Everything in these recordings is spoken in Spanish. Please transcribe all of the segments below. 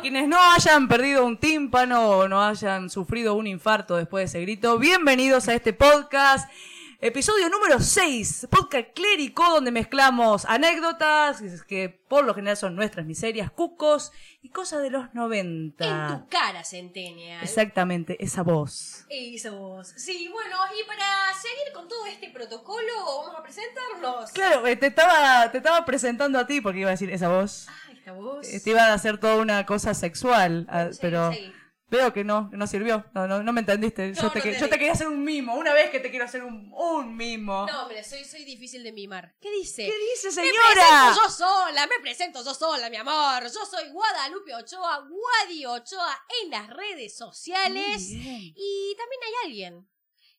quienes no hayan perdido un tímpano o no hayan sufrido un infarto después de ese grito, bienvenidos a este podcast. Episodio número 6, podcast clérico, donde mezclamos anécdotas, que por lo general son nuestras miserias, cucos y cosas de los 90. En tu cara, Centennial. Exactamente, esa voz. Esa voz. Sí, bueno, y para seguir con todo este protocolo, vamos a presentarnos. Claro, eh, te estaba, te estaba presentando a ti porque iba a decir esa voz. Ah, esta voz. Eh, Te iba a hacer toda una cosa sexual, ah, Sí, pero sí. veo que no, que no sirvió. No, no, no me entendiste. yo, No, te, no que- te yo te di. quería hacer un mimo, una vez que te quiero hacer un, un mimo. No, hombre, soy, soy difícil de mimar. ¿Qué dice? ¿Qué dice, Me señora? presento yo sola, me presento yo sola, mi amor. Yo soy Guadalupe Ochoa, Guadi Ochoa en las redes sociales. Muy bien. Y también hay alguien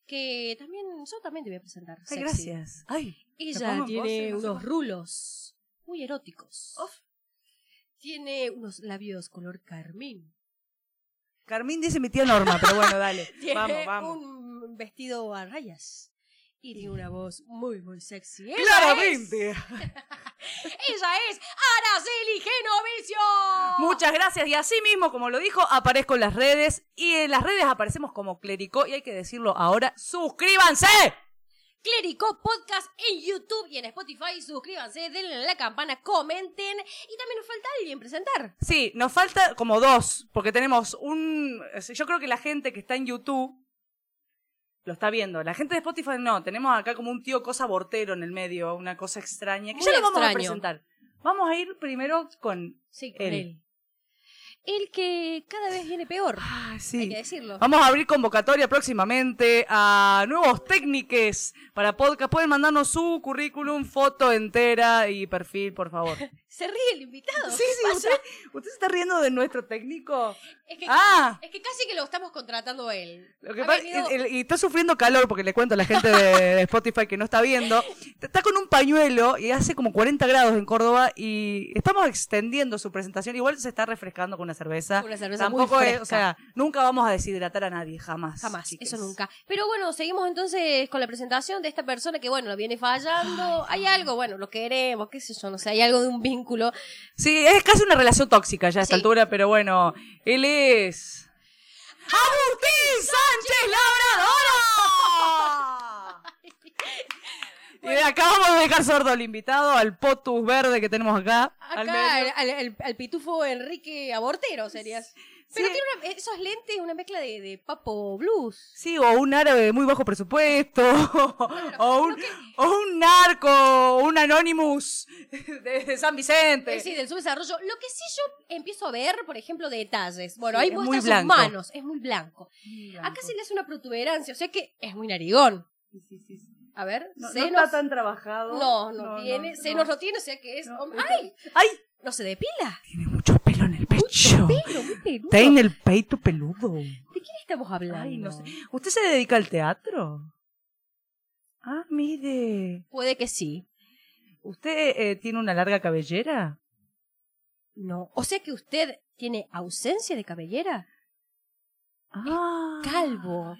que también, yo también te voy a presentar. Ay, sexy. gracias. Ay, Me Ella pongo en tiene pose, no sé unos por- rulos muy eróticos. Of. Tiene unos labios color carmín. Carmín dice mi tía Norma, pero bueno, dale. Tiene vamos, vamos. un vestido a rayas. Y tiene una voz muy, muy sexy. Ella ¿eh? Claramente. es- ella es Araceli Genovicio. Muchas gracias. Y así mismo, como lo dijo, aparezco en las redes. Y en las redes aparecemos como clérico. Y hay que decirlo ahora, suscríbanse. Clérico Podcast en YouTube y en Spotify. Suscríbanse, denle a la campana, comenten. Y también nos falta alguien presentar. Sí, nos falta como dos, porque tenemos un... Yo creo que la gente que está en YouTube lo está viendo. La gente de Spotify no. Tenemos acá como un tío cosa bortero en el medio, una cosa extraña. Que Muy ya lo vamos a extraño. presentar. Vamos a ir primero con... Sí, con Él. él. El que cada vez viene peor. Ah, Hay sí. que decirlo. Vamos a abrir convocatoria próximamente a nuevos técnicos para podcast. Pueden mandarnos su currículum, foto entera y perfil, por favor. Sí, Se ríe el invitado. ¿Qué pasa? ¿usted, usted se está riendo de nuestro técnico. Es que, Ah. es que casi que lo estamos contratando a él. Lo que Ha pasa- venido- el- el- y está sufriendo calor, porque le cuento a la gente de Spotify que no está viendo. Está con un pañuelo y hace como 40 grados en Córdoba y estamos extendiendo su presentación. Igual se está refrescando con una cerveza. Una cerveza muy Tampoco es, fresca. o sea, nunca vamos a deshidratar a nadie, jamás. Jamás, chiques. eso nunca. Pero bueno, seguimos entonces con la presentación de esta persona que, bueno, viene fallando. hay algo, bueno, lo queremos, qué sé yo, no sé, hay algo de un vínculo. Sí, es casi una relación tóxica ya a esta Sí. altura, pero bueno, él es. ¡Agustín Sánchez Labradora! Y de acá vamos a dejar sordo al invitado, al potus verde que tenemos acá. al Acá medio. al, al- al- al pitufo Enrique Abortero serías. Pero Sí. tiene una- esos lentes, una mezcla de, de papo blues. Sí, o un árabe de muy bajo presupuesto, o, un, o un narco, o un anonymous de, de San Vicente. Es decir, del subdesarrollo. Lo que sí yo empiezo a ver, por ejemplo, detalles. Bueno, Sí, ahí es muy muestra sus blanco. manos, es muy blanco. Acá se le hace una protuberancia, o sea que es muy narigón. A ver, No, no senos. está tan trabajado. No, no, tiene. no, senos no. no tiene, o sea que es. No, hombre- está- ¡Ay! ¡Ay! ¿No se depila? Tiene mucho pelo en el pecho. Pelo, muy peludo. Tiene el peito peludo. ¿De quién estamos hablando? Ay, no sé. ¿Usted se dedica al teatro? Ah, mire. Puede que sí. ¿Usted eh, tiene una larga cabellera? No. O sea que usted tiene ausencia de cabellera. Ah. calvo.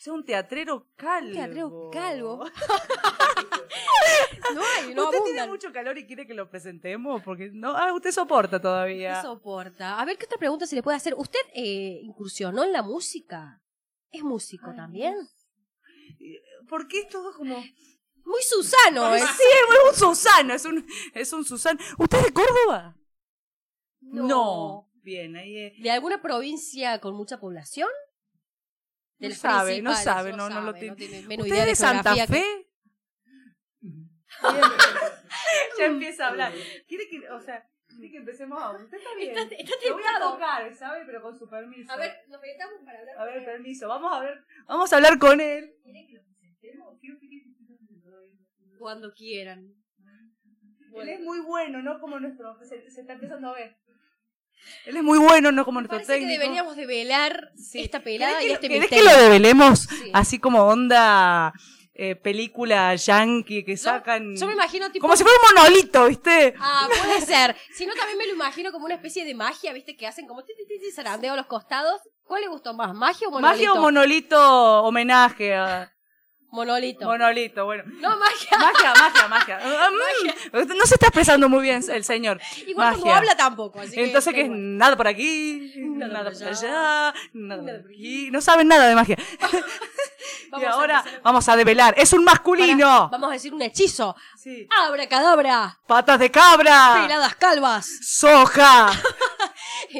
Es un teatrero calvo. Un teatrero calvo. No hay, no usted abundan. tiene mucho calor y quiere que lo presentemos porque no. Ah, usted soporta todavía. No soporta. A ver, ¿qué otra pregunta se le puede hacer? ¿Usted eh, incursionó en la música? ¿Es músico Ay, también? ¿Por qué es todo como.? Muy Susano, Ay, ¿eh? Sí, es un Susano. Es un, es un Susano. ¿Usted es de Córdoba? Bien, ahí es. ¿De alguna provincia con mucha población? De No las sabe, no principales, sabe, no, no lo tiene. tiene menos ¿Usted idea es de Santa geografía que- Fe? ya empieza a hablar. Quiere que, o sea, quiere que empecemos a. Usted está bien. Está- está Lo voy a tentado. tocar, ¿sabe? Pero con su permiso. A ver, nos metamos para hablar. A ver, permiso. Vamos a ver. Vamos a hablar con él. Cuando quieran. Él es muy bueno, no como nuestro. Se, se está empezando a ver. Él es muy bueno, no como nuestro Parece técnico. que deberíamos de velar Sí. esta pelada ¿Querés y que- este ¿Querés misterio. que lo develemos? Sí. Así como onda eh, película yankee que sacan. Yo me imagino tipo... Como si fuera un monolito, ¿viste? Ah, puede ser. Si no, también me lo imagino como una especie de magia, ¿viste? Que hacen como ti, ti, ti, ti, zarandeo a los costados. ¿Cuál le gustó más, magia o monolito? Magia o monolito homenaje a. Monolito. Monolito, bueno. no, magia. Magia, magia, magia. Ah, mm, No se está expresando muy bien el señor. Igual cuando Magia. habla tampoco. Así Entonces que que es da igual. nada por aquí, Nada nada, por por allá, allá, nada por aquí. No saben nada de magia. y Vamos a ahora empezar. vamos a develar. Es un masculino. Vamos a decir un hechizo. Sí. Abracadabra. Patas de cabra. Peladas calvas. Soja.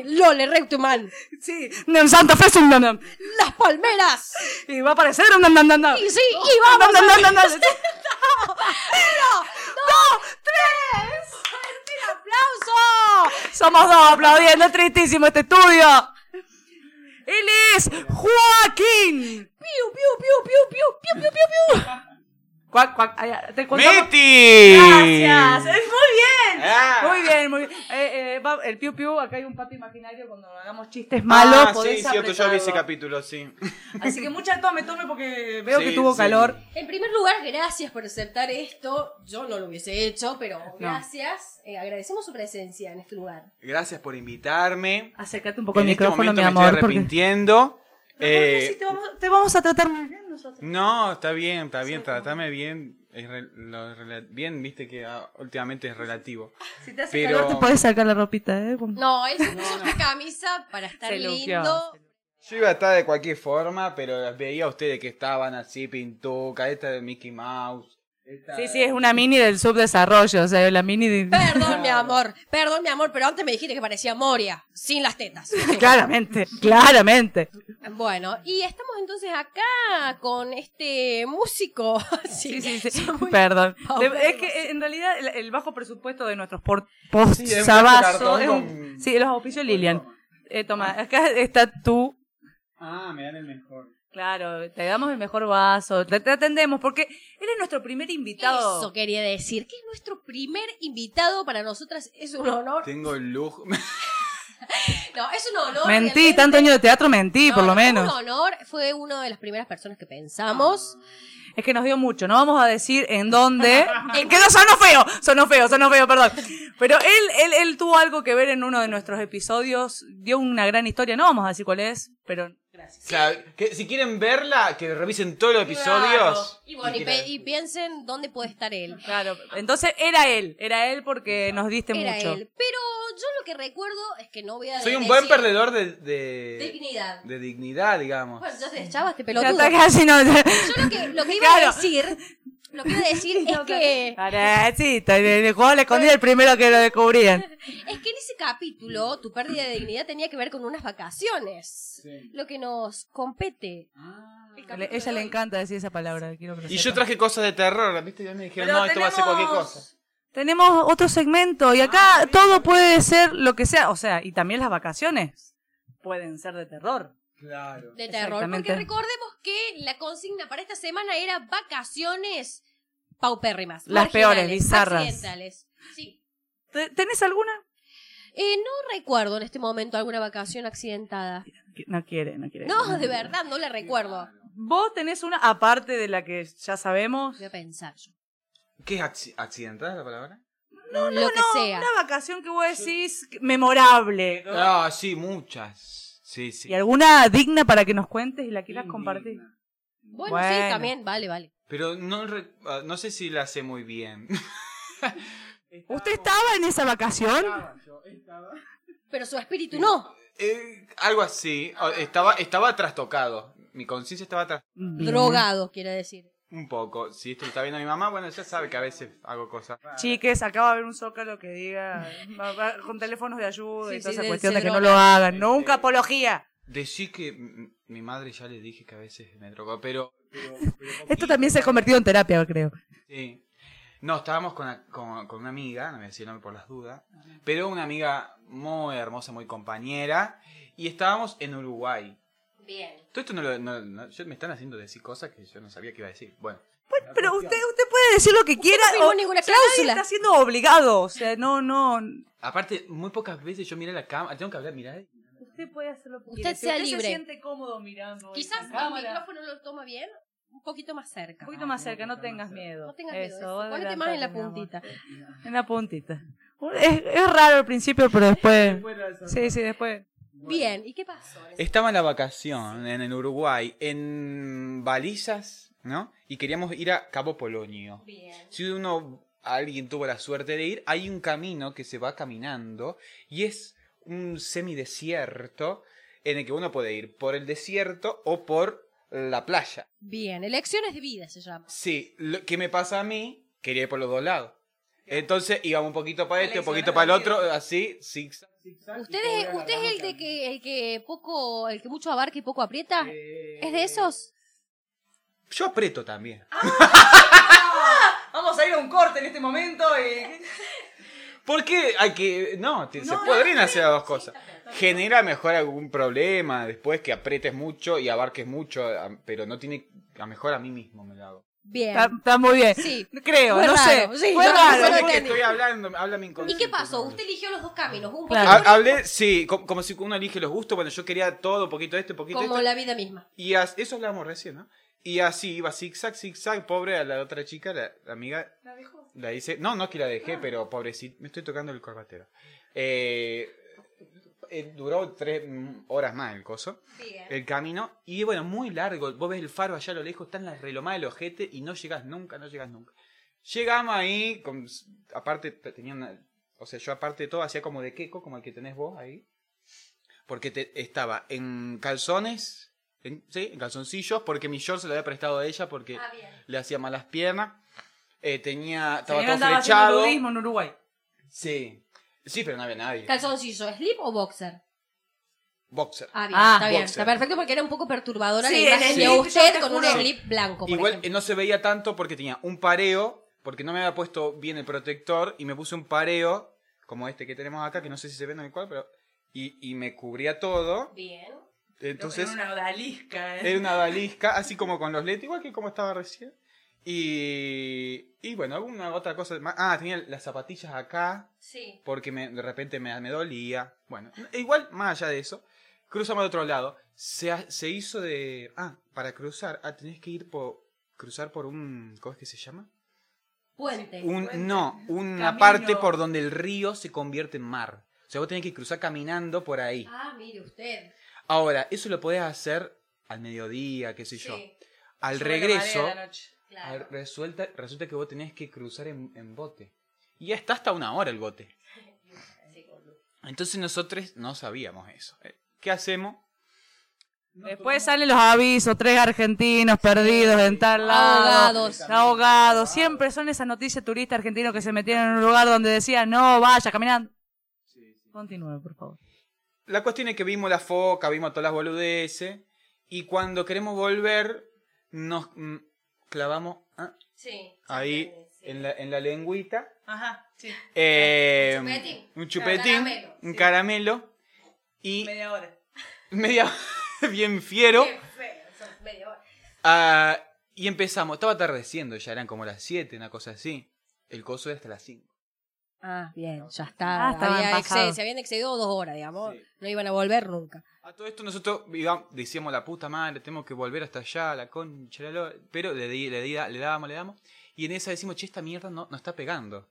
Lole rectuman. sí. Nam Santa Fe es un nam nam. Las palmeras. Y va a aparecer un nam nam nam nam. Y sí, y vamos. Nam nam nam nam nam. ¡Dos, tres! ¡Un aplauso! Somos dos aplaudiendo. Es tristísimo este estudio. Él es Joaquín. ¡Piu, piu, piu, piu, piu, piu, piu, piu, piu! Cuac, cuac. Ay, Te contamos- ¡Miti! Gracias, es muy bien. Ah. Muy bien, muy bien. Eh, eh, va- el piu piu, acá hay un pato imaginario cuando hagamos chistes malos. Ah, sí, podés cierto, yo vi ese apretarlo. capítulo, sí. Así que mucha tome, tome porque veo Sí, que tuvo sí. calor. En primer lugar, gracias por aceptar esto. Yo no lo hubiese hecho, pero gracias. Eh, agradecemos su presencia en este lugar. Gracias por invitarme. Acércate un poco al en este micrófono, momento mi me amor. estoy porque... arrepintiendo. Eh, Sí, te, vamos, te vamos a tratar muy bien nosotros. no, está bien, está bien, tratame bien. Es re- lo rela- bien, viste que ah, últimamente es relativo. Si te hace Pero- calor, te puedes sacar la ropita, ¿eh? Como- No, él se puso una camisa para estar Se luqueó. lindo. Yo iba a estar de cualquier forma, pero las veía a ustedes que estaban así, pintuca, esta de Mickey Mouse. esta- Sí, sí, es una mini del subdesarrollo, o sea, la mini de... Perdón, mi amor. Perdón, mi amor, pero antes me dijiste que parecía Moria, sin las tetas. claramente, claramente. Bueno, y estamos entonces acá con este músico. Sí, Sí, sí, sí. son muy- Perdón. pauperos. De- es que eh, en realidad el, el bajo presupuesto de nuestros Sí, es un post-sabazo. cartón es un- con- Sí, los auspicios Lilian. Eh, toma, acá está tú. Ah, me dan el mejor. Claro, te damos el mejor vaso, te, te atendemos, porque él es nuestro primer invitado. Eso quería decir, que es nuestro primer invitado para nosotras. Es un honor. Tengo el lujo. No, es un honor. mentí, realmente. tanto año de teatro mentí, No, por no, lo fue menos. Un honor, fue una de las primeras personas que pensamos. Ah, Es que nos dio mucho, no vamos a decir en dónde. Eh, que no sonó feo, sonó feo, sonó feo, perdón. Pero él, él, él tuvo algo que ver en uno de nuestros episodios, dio una gran historia, no vamos a decir cuál es, pero O sea, que si quieren verla, que revisen todos los episodios. Y bueno, y, que pe- la- y piensen dónde puede estar él. Claro, entonces era él, era él porque nos diste Era mucho. él. Pero yo lo que recuerdo es que no voy a Soy un decir buen perdedor de, de, Dignidad. de dignidad, digamos. Bueno, ya te echaba este Ya pelotudo. está casi no. Yo lo que, lo que iba a Claro. decir, lo que iba a decir es que, Ahora, sí, está en el juego le escondí el primero que lo descubrían. es que en ese capítulo tu pérdida de dignidad tenía que ver con unas vacaciones. Lo que nos compete. Ah. El A capítulo ella de le hoy. encanta decir esa palabra. Quiero que lo Y sepa. yo traje cosas de terror, ¿viste? Y me dijeron, Pero no, esto va a ser tenemos- cualquier cosa. Tenemos otro segmento y acá todo puede ser lo que sea. O sea, y también las vacaciones pueden ser de terror. Claro. de terror. Exactamente. Porque recordemos que la consigna para esta semana era vacaciones paupérrimas. Las marginales, peores, bizarras. accidentales. Sí. ¿Te- ¿Tenés alguna? Eh, no recuerdo en este momento alguna vacación accidentada. No quiere, no quiere. No, de verdad, no la recuerdo. Vos tenés una aparte de la que ya sabemos. Voy a pensar yo. ¿Qué es acci- accidental la palabra? lo que sea. Una vacación que vos decís que- memorable. ¿no? Ah, sí, muchas. Sí, sí. ¿Y alguna digna para que nos cuentes y la quieras compartir? Bueno, sí, Bueno. también, vale, vale. Pero no, re- ah, no sé si la sé muy bien. ¿Usted estaba en esa vacación? Pero su espíritu no. Eh, algo así. Ah, Estaba, estaba trastocado. Mi conciencia estaba tras... Bien. Drogado, quiere decir. Un poco. Si esto lo está viendo mi mamá, bueno, ya sabe que a veces hago cosas. Chiques, acaba de haber un zócalo que diga va- va- con teléfonos de ayuda Sí, y toda sí, esa de- cuestión se de que no droga. lo hagan. Nunca Este, apología. Decí que mm, mi madre ya le dije que a veces me drogó, pero... Esto también se ha convertido en terapia, creo. Sí. No, estábamos con, la- con- con una amiga, no voy a decir el nombre por las dudas, pero una amiga muy hermosa, muy compañera, y estábamos en Uruguay. Bien. Todo esto no lo... no- no- yo- me están haciendo decir cosas que yo no sabía que iba a decir. Bueno. Pero usted, usted puede decir lo que quiera. firmó o- ninguna o sea, nadie cláusula. está siendo obligado. O sea, no, no. Aparte, muy pocas veces yo miré la cámara, tengo que hablar, mirá. Usted puede hacer lo que Usted quiera. Si sea usted se libre. siente cómodo mirando. Quizás el micrófono lo toma bien, un poquito más cerca. Ah, Un poquito más cerca, no tengas miedo. No tengas miedo. Eso, eso. vos Ponete más en la adelantate, mi amor. puntita. En la puntita. Es, es raro al principio, pero después. Sí, sí, después. Bien, ¿y qué pasó? Estaba en la vacación en, en Uruguay, en balizas ¿no? Y queríamos ir a Cabo Polonio. Bien. Si uno, alguien tuvo la suerte de ir, hay un camino que se va caminando y es un semidesierto en el que uno puede ir por el desierto o por la playa. Bien, elecciones de vida se llama. Sí, lo que me pasa a mí, quería ir por los dos lados. Entonces íbamos un poquito para este, un poquito Elecciones para el de otro, así, zigzag. zigzag, y ¿Usted todo es, era usted la es el de banca. que el que poco, el que mucho abarca y poco aprieta? Eh, ¿Es de esos? Yo aprieto también. Ah. Vamos a ir a un corte en este momento y. ¿Por qué hay que.? No, te- se No, podrían hacer las dos cosas. Genera mejor algún problema después que apretes mucho y abarques mucho, a- pero no tiene. A mejor a mí mismo me lo hago. Bien. Está, está muy bien. Sí. Creo, Fue no raro, sé. sí, Fue no, raro. no, Es no, que entendí. estoy hablando, habla mi ¿Y inconsciente, qué pasó? por favor. Usted eligió los dos caminos, un poquito Claro. Ha- por- Hablé, sí, como, como si uno elige los gustos. Bueno, yo quería todo, poquito este, poquito como este. la vida misma. Y as- eso hablamos recién, ¿no? Y así iba zigzag, zigzag, pobre a la otra chica, la, la amiga. ¿La dejó? La dice, no, no es que la dejé, Ah. pero pobrecito, me estoy tocando el corbatero. Eh, eh, duró tres mm, horas más el coso, Bien. el camino, y bueno, muy largo. Vos ves el faro allá a lo lejos, están las relomadas del ojete y no llegas nunca, no llegas nunca. Llegamos ahí, con, aparte te- tenía una- o sea, yo aparte de todo hacía como de queco, como el que tenés vos ahí. Porque te, estaba en calzones, en, sí, en calzoncillos, porque mi short se lo había prestado a ella porque Ah, bien. le hacía malas piernas. Eh, tenía, estaba Señor todo andaba haciendo flechado. nudismo en Uruguay. Sí. Sí, pero no había nadie. Calzoncillo, ¿slip o boxer? Boxer. Ah, bien, Ah, está bien. boxer. Está perfecto porque era un poco perturbadora Sí, la imagen el de slip, yo usted te con un juro. slip blanco. por Igual ejemplo. eh, no se veía tanto porque tenía un pareo, porque no me había puesto bien el protector y me puse un pareo, como este que tenemos acá, que no sé si se ve en el cual, pero. Y, y me cubría todo. Bien. Entonces. Era una odalisca, ¿eh? Era una balisca, así como con los LED, igual que como estaba recién. Y, y bueno, alguna otra cosa más. Ah, tenía las zapatillas acá, Sí. porque me- de repente me, me dolía. Bueno, igual, más allá de eso, cruzamos al otro lado. Se, ha- se hizo de... Ah, para cruzar, ah, tenés que ir por... Cruzar por un... ¿Cómo es que se llama? Puente. Un, no, una Camino. parte por donde el río se convierte en mar. O sea, vos tenés que cruzar caminando por ahí. Ah, mire usted. Ahora, eso lo podés hacer al mediodía, qué sé yo. Sí, Al Yo me mareé regreso, a la noche. claro. al- resulta, resulta que vos tenés que cruzar en, en bote. Y ya está hasta una hora el bote. Sí, boludo. Entonces nosotros no sabíamos eso. Eh, ¿Qué hacemos? Después salen los avisos, tres argentinos perdidos en tal lado. Ahogados. Ahogados. Siempre son esas noticias turistas argentinos que se metieron en un lugar donde decían, no, vaya caminando. Continúe, por favor. La cuestión es que vimos la foca, vimos todas las boludeces. Y cuando queremos volver, nos mm, clavamos ah, Sí. ahí en la, en la lengüita. Ajá, sí. eh, Un chupetín. Un chupetín. Caramelo, Un sí. caramelo. Y Media hora. media. bien fiero. Qué feo, son medio- Ah, y empezamos, estaba atardeciendo, ya eran como las 7, una cosa así. El coso era hasta las 5. Ah, bien, ya está. Ah, estaban había pasados. exced- se habían excedido dos horas, digamos. Sí. No iban a volver nunca. A todo esto nosotros digamos, decíamos la puta madre, tenemos que volver hasta allá, la concha, la lora", pero le, di- le, di- le dábamos, le damos. Y en esa decimos, che, esta mierda no, no está pegando.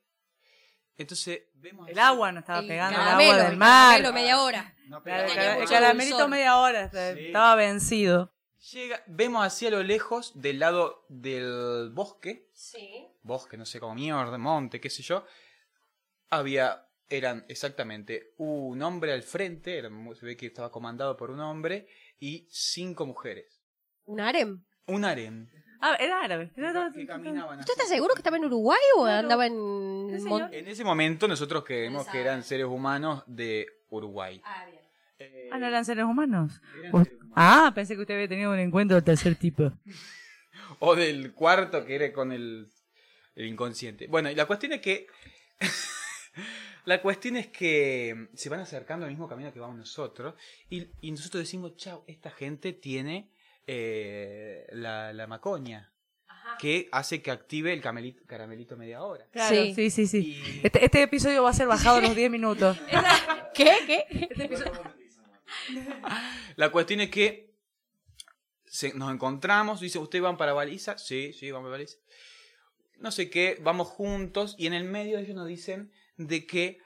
Entonces, vemos El así, agua nos estaba El pegando, caramelo, el agua del el mar. caramelo, media hora. no pega. Claro, el, Tenía cara- el mucho caramelito dulzor. media hora, se- Sí. estaba vencido. Llega, vemos así a lo lejos, del lado del bosque, Sí. bosque, no sé cómo mierda, monte, qué sé yo, había, eran exactamente un hombre al frente, era mu- se ve que estaba comandado por un hombre, y cinco mujeres. ¿Un harem? Un harem. Ah, era árabe. Era todo- Que caminaban ¿Usted así. está seguro que estaba en Uruguay o Claro. andaba en... Sí, Mon- señor. En ese momento nosotros creemos que Pensaba. eran seres humanos de Uruguay. Ah, bien. Eh, Ah, no eran seres humanos. eran seres humanos. Ah, pensé que usted había tenido un encuentro del tercer tipo. O del cuarto que era con el, el inconsciente. Bueno, y la cuestión es que. la cuestión es que se van acercando al mismo camino que vamos nosotros. Y, y nosotros decimos, chau, esta gente tiene eh, la, la macoña. Que hace que active el cameli- caramelito media hora. Claro, sí, Sí. sí, sí. Y- Este, este episodio va a ser bajado a los 10 minutos. ¿Qué? ¿Qué? La cuestión es que se- nos encontramos, dice, ¿ustedes van para Baliza? Sí, sí, vamos para Baliza. No sé qué, vamos juntos y en el medio ellos nos dicen de que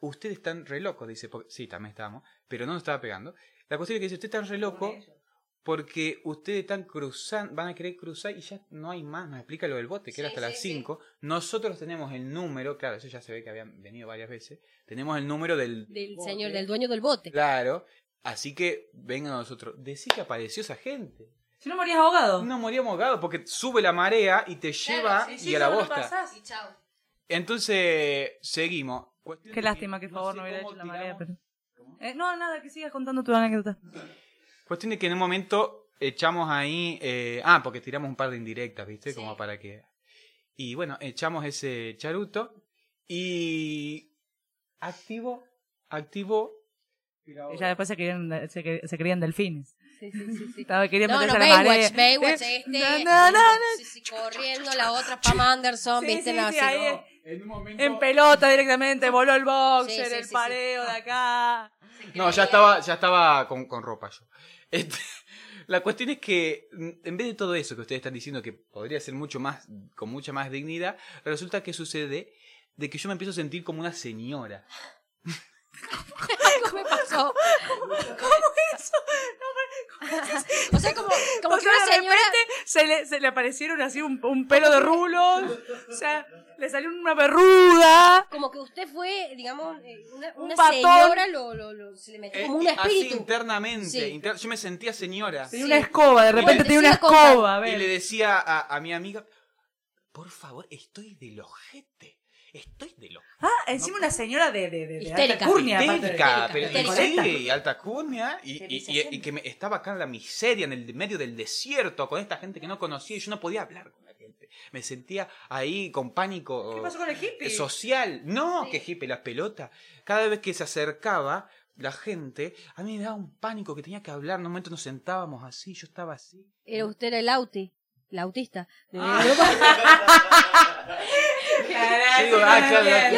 ustedes están re locos, dice, porque, sí, también estábamos, pero no nos estaba pegando. La cuestión es que dice, ustedes están re locos porque ustedes están cruzando, van a querer cruzar y ya no hay más. Nos explica lo del bote, que era Sí, hasta sí, las sí. 5. Nosotros tenemos el número, claro, eso ya se ve que habían venido varias veces. Tenemos el número del, Del bote. señor, del dueño del bote. Claro, así que vengan a nosotros. Decí que apareció esa gente. Si no morías ahogado. No moríamos ahogados porque sube la marea y te lleva Sí, y sí, a la solo bosta. pasás. Y Ah, chao. Entonces, seguimos. Cuestión Qué de lástima que el favor sé no hubiera cómo hecho la marea, tiramos- pero. Eh, no, nada, que sigas contando tu anécdota. Cuestión de que en un momento echamos ahí. eh, ah, porque tiramos un par de indirectas, ¿viste? Sí. Como para que. Y bueno, echamos ese charuto y. Activo, activo. Ya después se querían, se, que- se querían delfines. Sí, sí, sí, sí. Estaba, querían No, no, meterse a la marea. Baywatch, Baywatch, Eh, este. na, na, na. sí, sí, corriendo la otra, Pam Anderson, Sí, viste, sí, no, sí, así, ahí no. En un momento. En pelota directamente, voló el Sí, boxer, sí, sí, Ah. el sí. pareo de acá. No, ya estaba, ya estaba con, con ropa yo. Este, la cuestión es que, mm, en vez de todo eso que ustedes están diciendo que podría ser mucho más, con mucha más dignidad, resulta que sucede de que yo me empiezo a sentir como una señora. ¿Cómo me pasó? Eso, O sea, como, como o que sea, una de señora. repente se le, se le aparecieron así un, un pelo de rulos, o sea, le salió una verruga. Como que usted fue, digamos, eh, una, Un una patón. señora, lo, lo, lo- se le metió como un Eh, Así espíritu. internamente. Sí. inter- yo me sentía señora. Tenía Sí. una escoba, de repente Bueno, tenía una siga contando. escoba. A Y le ver. decía a, a mi amiga, por favor, estoy del ojete. Estoy del ojete. Ah, encima una señora de, de, de, de alta Histérica. alcurnia, aparte de- Histérica, histérica, pero y histérica. sí, alta cuña y, y- y- y que me- estaba acá en la miseria, en el medio del desierto, con esta gente que no conocía y yo no podía hablar con la gente. Me sentía ahí con pánico ¿Qué pasó con el hippie? eh, social. No, que hippie, las pelotas. Cada vez que se acercaba la gente, a mí me daba un pánico que tenía que hablar. En un momento nos sentábamos así, yo estaba así. Era usted era el auti, la autista. De- Ah. Yo digo, ah, claro, claro.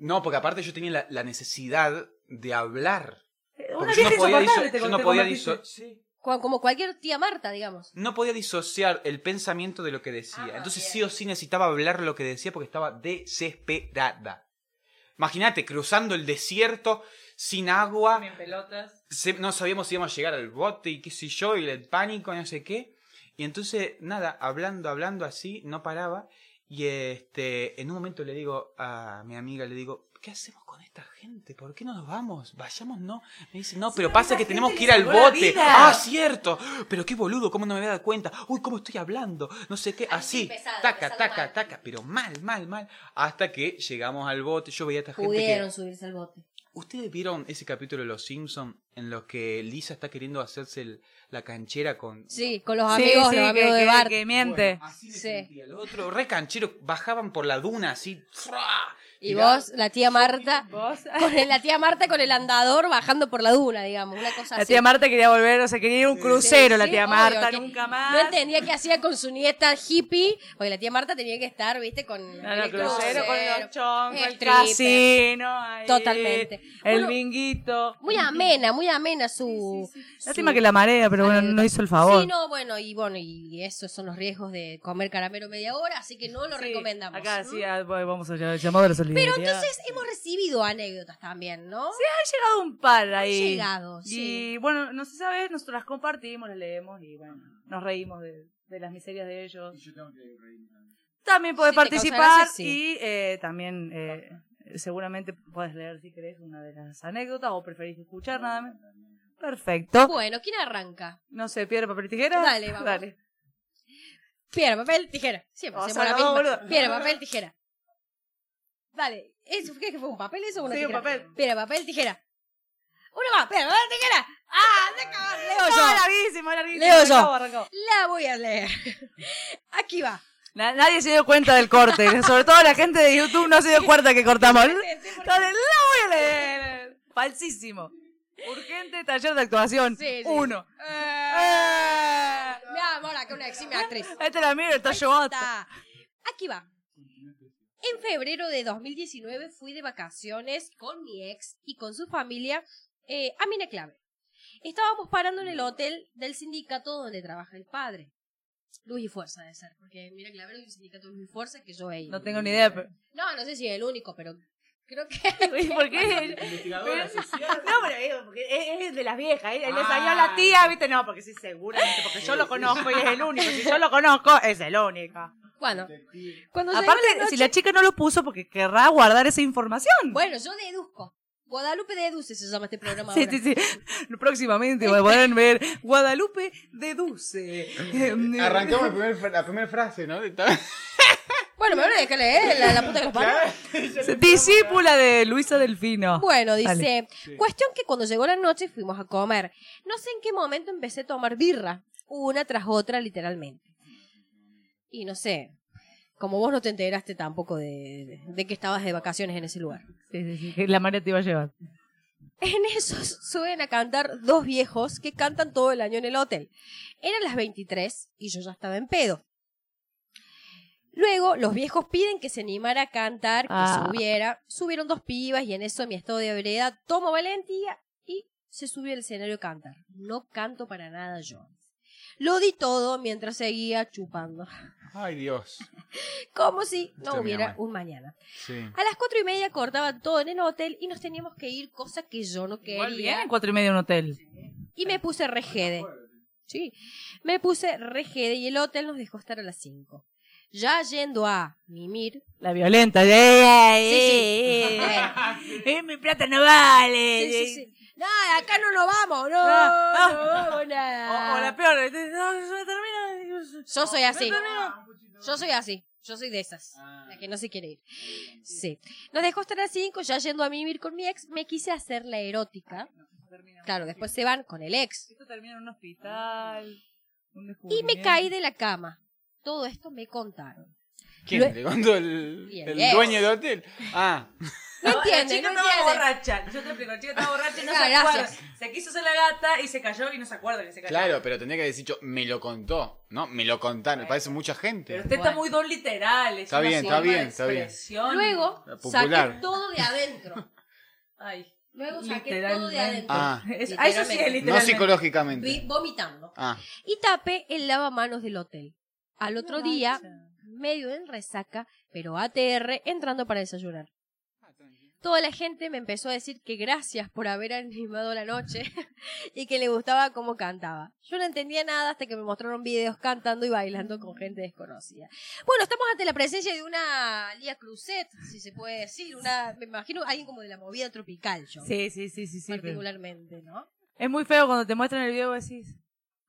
No, porque aparte yo tenía la, la necesidad de hablar. Una Porque yo vieja no podía, diso- insoportable te yo con- no te podía convertiste. diso- sí. Cu- Como cualquier tía Marta, digamos. no podía disociar el pensamiento de lo que decía. Ah, Entonces bien. sí o sí necesitaba hablar lo que decía porque estaba desesperada. Imagínate, cruzando el desierto, sin agua, se- no sabíamos si íbamos a llegar al bote y qué sé yo, y el pánico, no sé qué. Y entonces, nada, hablando, hablando así, no paraba. Y este, en un momento le digo a mi amiga, le digo, ¿qué hacemos con esta gente? ¿Por qué no nos vamos? Vayamos, no. Me dice, no, pero pero pasa esta que gente tenemos le que ir al salvó la bote. vida. Ah, cierto. Pero qué boludo, ¿cómo no me había dado cuenta? Uy, ¿cómo estoy hablando? No sé qué, Así, así. pesado, taca, pesado taca, mal. taca, pero mal, mal, mal. Hasta que llegamos al bote, yo veía a esta gente que... Pudieron subirse al bote. ¿Ustedes vieron ese capítulo de Los Simpson en los que Lisa está queriendo hacerse el- la canchera con... Sí, con los Sí, amigos, sí, los que, amigos de que- Bart. que miente. Bueno, así me Sí. sentía. El otro, re canchero, bajaban por la duna así. ¡fra! Y Mirá, vos, la tía Marta, con el- la tía Marta con el andador bajando por la duna, digamos, una cosa La así. tía Marta quería volver, o sea, quería ir a un crucero la Sí, tía obvio, Marta, que nunca No más. entendía qué hacía con su nieta hippie, porque la tía Marta tenía que estar, viste, con No, no, el crucero con los choncos, el stripper. casino, ahí, Totalmente. El Bueno, binguito. Muy amena, muy amena su... Lástima que la marea, pero bueno, no hizo el favor. Sí, no, bueno, y bueno, y esos son los riesgos de comer caramelo media hora, así que no lo Sí, recomendamos. Acá sí, ¿Mm? ah, bueno, vamos a llamar llamado a la solidaridad. Pero entonces hemos recibido anécdotas también, ¿no? Sí, han llegado un par ahí. llegado, sí. Y bueno, no se sabe, nosotros las compartimos, las leemos y bueno, nos reímos de, de las miserias de ellos. También podés Si te causa participar gracia, sí. y eh, también eh, seguramente podés leer si querés una de las anécdotas o preferís escuchar nada más. Perfecto. Bueno, ¿quién arranca? No sé, piedra, papel y tijera. Dale, vamos. Piedra, papel, tijera. Siempre O hacemos sea, la misma. no, boludo. Piedra, papel, tijera. Dale, ¿eso qué que fue un papel eso o una Sí, un tijera? papel. Piedra, papel, tijera. Una más, piedra, papel, tijera. Ah, se acabó. Leo No, yo. larguísimo, larguísimo. Leo yo. Arrancó, arrancó. La voy a leer. Aquí va. Na- nadie se dio cuenta del corte. Sobre todo la gente de YouTube no se dio cuenta que cortamos. sí, porque- Dale, la voy a leer. Falsísimo. Urgente taller de actuación. Sí, sí. Uno. Eh, Ah. Me amor, acá una eximia actriz. Este la miro, está llevando. Ta. Aquí va. En febrero de 2019 fui de vacaciones con mi ex y con su familia eh, a Mina Clave. Estábamos parando en el hotel del sindicato donde trabaja el padre. Luz y Fuerza de ser, porque Mina Clave es un sindicato de Luz y Fuerza que yo he ido. No tengo ni idea, pero. No, no sé si es el único, pero Creo que. Güey, ¿Por qué? Investigadora Pero- social. No, pero digo, porque es, es de las viejas. ¿eh? Le Ah. salió a la tía, ¿viste? No, porque sí, seguramente, porque yo lo conozco y es el único. Si yo lo conozco, es el único. Bueno, Detective. cuando llegó Aparte, la noche- si la chica no lo puso porque querrá guardar esa información. Bueno, yo deduzco. Guadalupe deduce se llama este programa. Sí, ahora. sí, sí. Próximamente podrán ver Guadalupe deduce. Em, Arrancamos el primer fra- la primera frase, ¿no? De tal- Bueno, me van a dejar leer la, la puta que los parió. Discípula de Luisa Delfino. Bueno, dice, Dale. cuestión que cuando llegó la noche fuimos a comer. No sé en qué momento empecé a tomar birra, una tras otra, literalmente. Y no sé, como vos no te enteraste tampoco de, de que estabas de vacaciones en ese lugar. Sí, sí, sí, que La María te iba a llevar. En esos suben a cantar dos viejos que cantan todo el año en el hotel. Eran las 23 y yo ya estaba en pedo. Luego, los viejos piden que se animara a cantar, que Ah. subiera. Subieron dos pibas y en eso mi estado de ebriedad tomo valentía y se subió al escenario a cantar. No canto para nada yo. Lo di todo mientras seguía chupando. Ay, Dios. Como si no Está bien, hubiera bueno. un mañana. Sí. A las cuatro y media cortaban todo en el hotel y nos teníamos que ir, cosa que yo no quería. Igual bien, cuatro y media en un hotel. Y me puse regede. Sí. Me puse regede y el hotel nos dejó estar a las 5. Ya yendo a mimir. La violenta. ¡eh, eh, Sí, eh, eh, eh! ¡Eh, mi plata no vale! sí, sí, sí. No, acá no lo vamos, no, Ah, no ah. vamos O, nada. o la peor. eh, No, yo termino. yo- Yo soy así. Ah. No Ah. termino. Yo soy así. Yo soy de esas. La que no se quiere ir. Sí. Nos dejó estar a las 5, ya yendo a mimir con mi ex, me quise hacer la erótica. Claro, después se van con el ex. Esto termina en un hospital. Y me caí de la cama. Todo esto me contaron. Lue- ¿Quién? ¿Le contó el, Bien, el bien. dueño del hotel? Ah, No La entiende, chica no estaba entiende. borracha. Yo te explico, la chica estaba borracha y no Ah, se gracias. acuerda. Se quiso hacer la gata y se cayó y no se acuerda que se cayó. claro, pero tendría que decir yo, me lo contó. No, me lo contaron. Parece mucha Pero gente. usted está muy don literal. Es Está una bien, está forma de bien, está bien. expresión. Luego La popular. saqué todo de adentro. Ay. Luego saqué todo de Literalmente. adentro. Ah. Es- ah, eso sí es Literalmente. No literalmente. Vi- psicológicamente. vomitando. Ah, Y tapé el lavamanos del hotel. Al otro día, medio en resaca, pero ATR, entrando para desayunar. Ah, Toda la gente me empezó a decir que gracias por haber animado la noche y que le gustaba cómo cantaba. Yo no entendía nada hasta que me mostraron videos cantando y bailando Mm. con gente desconocida. Bueno, estamos ante la presencia de una Lía Cruzet, si se puede decir, una, me imagino alguien como de la movida tropical, yo, Sí, sí, sí, sí, sí. pero- particularmente, ¿no? Es muy feo cuando te muestran el video y vos decís.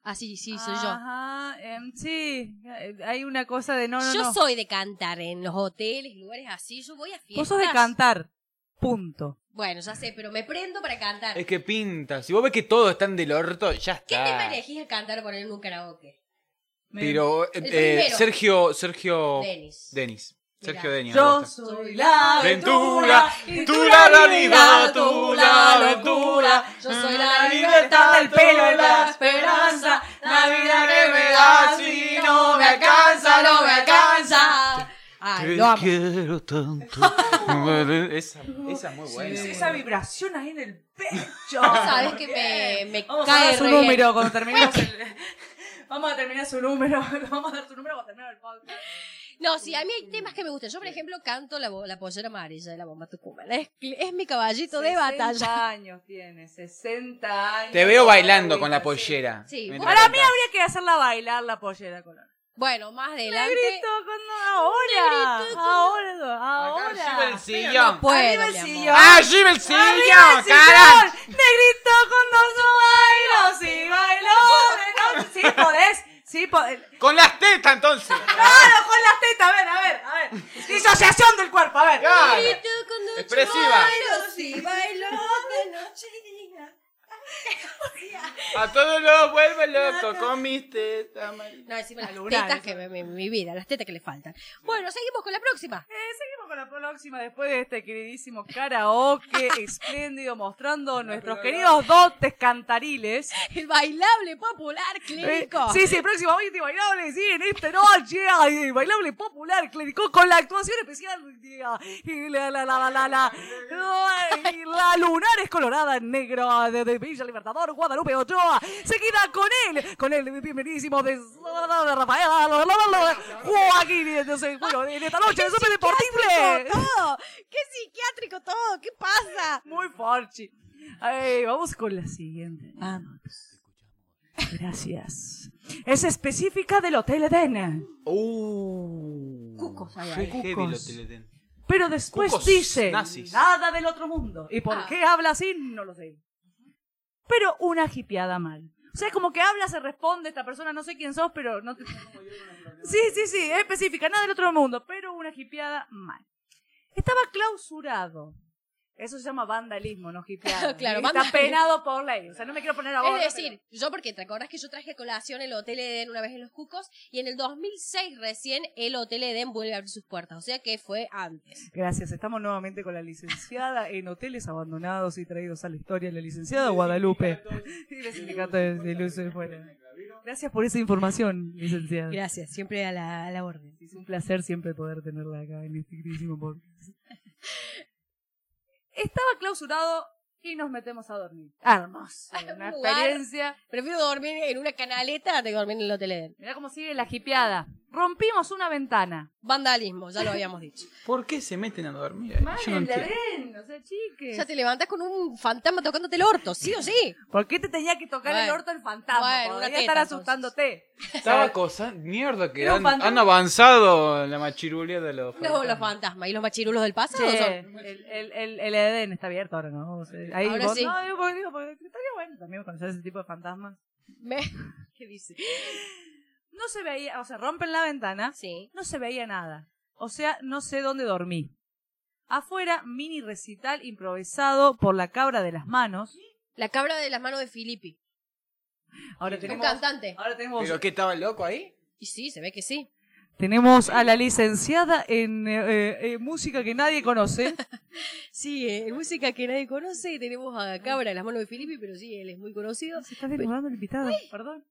Ah, sí, sí, soy yo. Ajá, em, sí. eh, Hay una cosa de no, no, yo no. soy de cantar en los hoteles, lugares así. Yo voy a fiestas. Vos sos de cantar. Punto. Bueno, ya sé, pero me prendo para cantar. es que pinta. Si vos ves que todos están del orto, ya está. ¿Qué te manejís a cantar por en un karaoke? Pero eh, El eh, primero. Sergio, Sergio Denis. Denis. Mirá. Sergio Denis. ahí Yo está. soy la Ventura, aventura, y y tú la realidad, realidad, tú la locura. Yo soy La la libertad libertad. Mm, del pelo es la esperanza, la vida que me da si no me alcanza, no me alcanza. Ay, Te lo amo. quiero tanto. esa, esa es muy buena. Sí, muy esa buena. vibración ahí en el pecho. Sabes que me, me Vamos a cae dar su re bien. número cuando terminemos el... Vamos a terminar su número. Vamos a dar su número cuando terminemos el podcast. No, sí, a mí hay temas que me gustan. Yo, por ejemplo, canto la, bo- la pollera amarilla de la bomba Tucumán. Es, es mi caballito de 60 batalla. años tiene, 60 años. Te veo bailando con la Sí. pollera. Sí. mientras Para mí cantás. habría que hacerla bailar la pollera color. Bueno, más adelante. Negrito, cuando- ahora, Negrito, ahora, Acá ahora. lleva el sillón. Puedo, Arriba el mi amor. sillón. ¡Ah, lleva el ¡Arriba sillón! el ¡Cara! sillón! Negrito cuando yo bailo, si bailo. Si sí podés, sí podés. Con las tetas, entonces. Claro, con las tetas, a ver, a ver, a ver. Disociación del cuerpo, a ver. Claro. Negrito con noche Expresiva. bailo, sí, bailo de noche y día. A todos los vuelve loco con mis tetas. María. No, encima las lunar, tetas eso. que me, me- mi vida, las tetas que le faltan. Bueno, seguimos con la próxima. Eh, seguimos con la próxima después de este queridísimo karaoke espléndido mostrando nuestros queridos dotes cantariles. El bailable popular clínico. Eh, sí, sí, próximamente bailable, sí, en esta noche, ay, bailable popular, clérico, con la actuación especial, eh, y la, la, la, la, la, la, ay, la lunar es colorada, negra, de, de, de, Villa Libertador, Guadalupe Ochoa. Seguida con él, con el bienvenidísimo de de Rafael Joaquín. Y Entonces, bueno, en esta noche de Super Deportible. todo! ¡Qué psiquiátrico todo! ¿Qué pasa? Muy forchi. Ay, vamos con la siguiente. Vamos. Gracias. Es específica del Hotel Edén. Uh. Cucos hay Qué ahí. heavy Cucos. lo teleten. Pero después Cucos dice nazis. nada del otro mundo. ¿Y por Ah. qué habla así? No lo sé. Pero una jipeada mal. O sea, es como que habla, se responde esta persona, no sé quién sos, pero no te... Sí, sí, sí, es específica, nada del otro mundo, pero una jipeada mal. Estaba clausurado. Eso se llama vandalismo, no jipeada. Claro, Y Está vandalismo. penado por ley. O sea, no me quiero poner a Es decir, yo porque te acordás que yo traje a colación el Hotel Edén una vez en Los Cucos y en el 2006 recién el Hotel Edén vuelve a abrir sus puertas, o sea que fue antes. Gracias, estamos nuevamente con la licenciada en hoteles abandonados y traídos a la historia, la licenciada Guadalupe. Y el sindicato de, de Luces Fuera. Gracias por esa información, licenciada. Gracias, siempre a la, a la orden. Es un placer siempre poder tenerla acá en este queridísimo podcast. Estaba clausurado y nos metemos a dormir. Ah, Hermoso, una Lugar. experiencia. Prefiero dormir en una canaleta antes que dormir en el Hotel Edén. Mirá cómo sigue la jipeada. Rompimos una ventana. Vandalismo, ya lo habíamos dicho. ¿Por qué se meten a dormir? ahí? Yo no entiendo. Edén, o sea, chiques. Ya te levantás con un fantasma tocándote el orto, sí o sí. ¿Por qué te tenía que tocar el Bueno. orto el fantasma? Bueno, una Podría teta, estar entonces. asustándote. Estaba cosa. Mierda, que Era un han, fantasma. han avanzado en la machirulia de los. No, los fantasmas. fantasmas y los machirulos del Che, pasado son- el, el, el, el Edén está abierto ahora, ¿no? O sea, ahí Ahora vos- sí. No, digo, porque, digo, porque estaría bueno también conocer ese tipo de fantasmas. Me- ¿Qué dice? Ah, No se veía, o sea, rompen la ventana, Sí. no se veía nada. O sea, no sé dónde dormí. Afuera, mini recital improvisado por la cabra de las manos. La cabra de las manos de Filippi. Ahora Un tenemos, cantante. ahora tenemos, ¿Pero qué estaba el loco ahí? Y sí, se ve que sí. tenemos a la licenciada en eh, eh, eh, música que nadie conoce. Sí, eh, música que nadie conoce. Tenemos a Cabra de las manos de Filippi, pero sí, él es muy conocido. se está desnudando el invitado, perdón.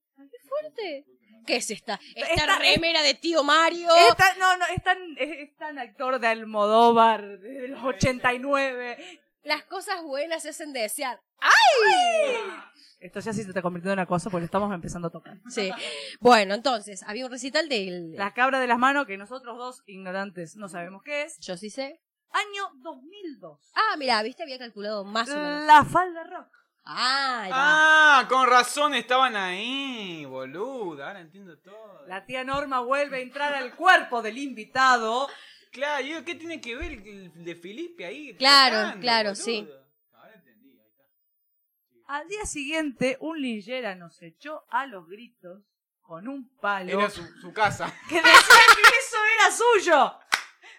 Fuerte. Este, ¿Qué es esta? Esta, Esta- remera de tío Mario. Es tan- no, no, es tan, es- es tan actor de Almodóvar de los 89. Las cosas buenas se hacen desear. Esto ya sí se está convirtiendo en acoso porque estamos empezando a tocar. Sí. Bueno, entonces, había un recital del... La cabra de las manos, que nosotros dos ignorantes no sabemos qué es. Yo sí sé. Año 2002. Ah, mira, viste, había calculado más o menos. La falda rock. Ah, ahí va. Ah, con razón estaban ahí, boluda. Ahora entiendo todo. La tía Norma vuelve a entrar al cuerpo del invitado. Claro, yo, ¿qué tiene que ver el de Felipe ahí? Claro, claro, sí. Ahora entendí, ahí está. Al día siguiente, un lillera nos echó a los gritos con un palo Era su, su casa. que decía que eso era suyo.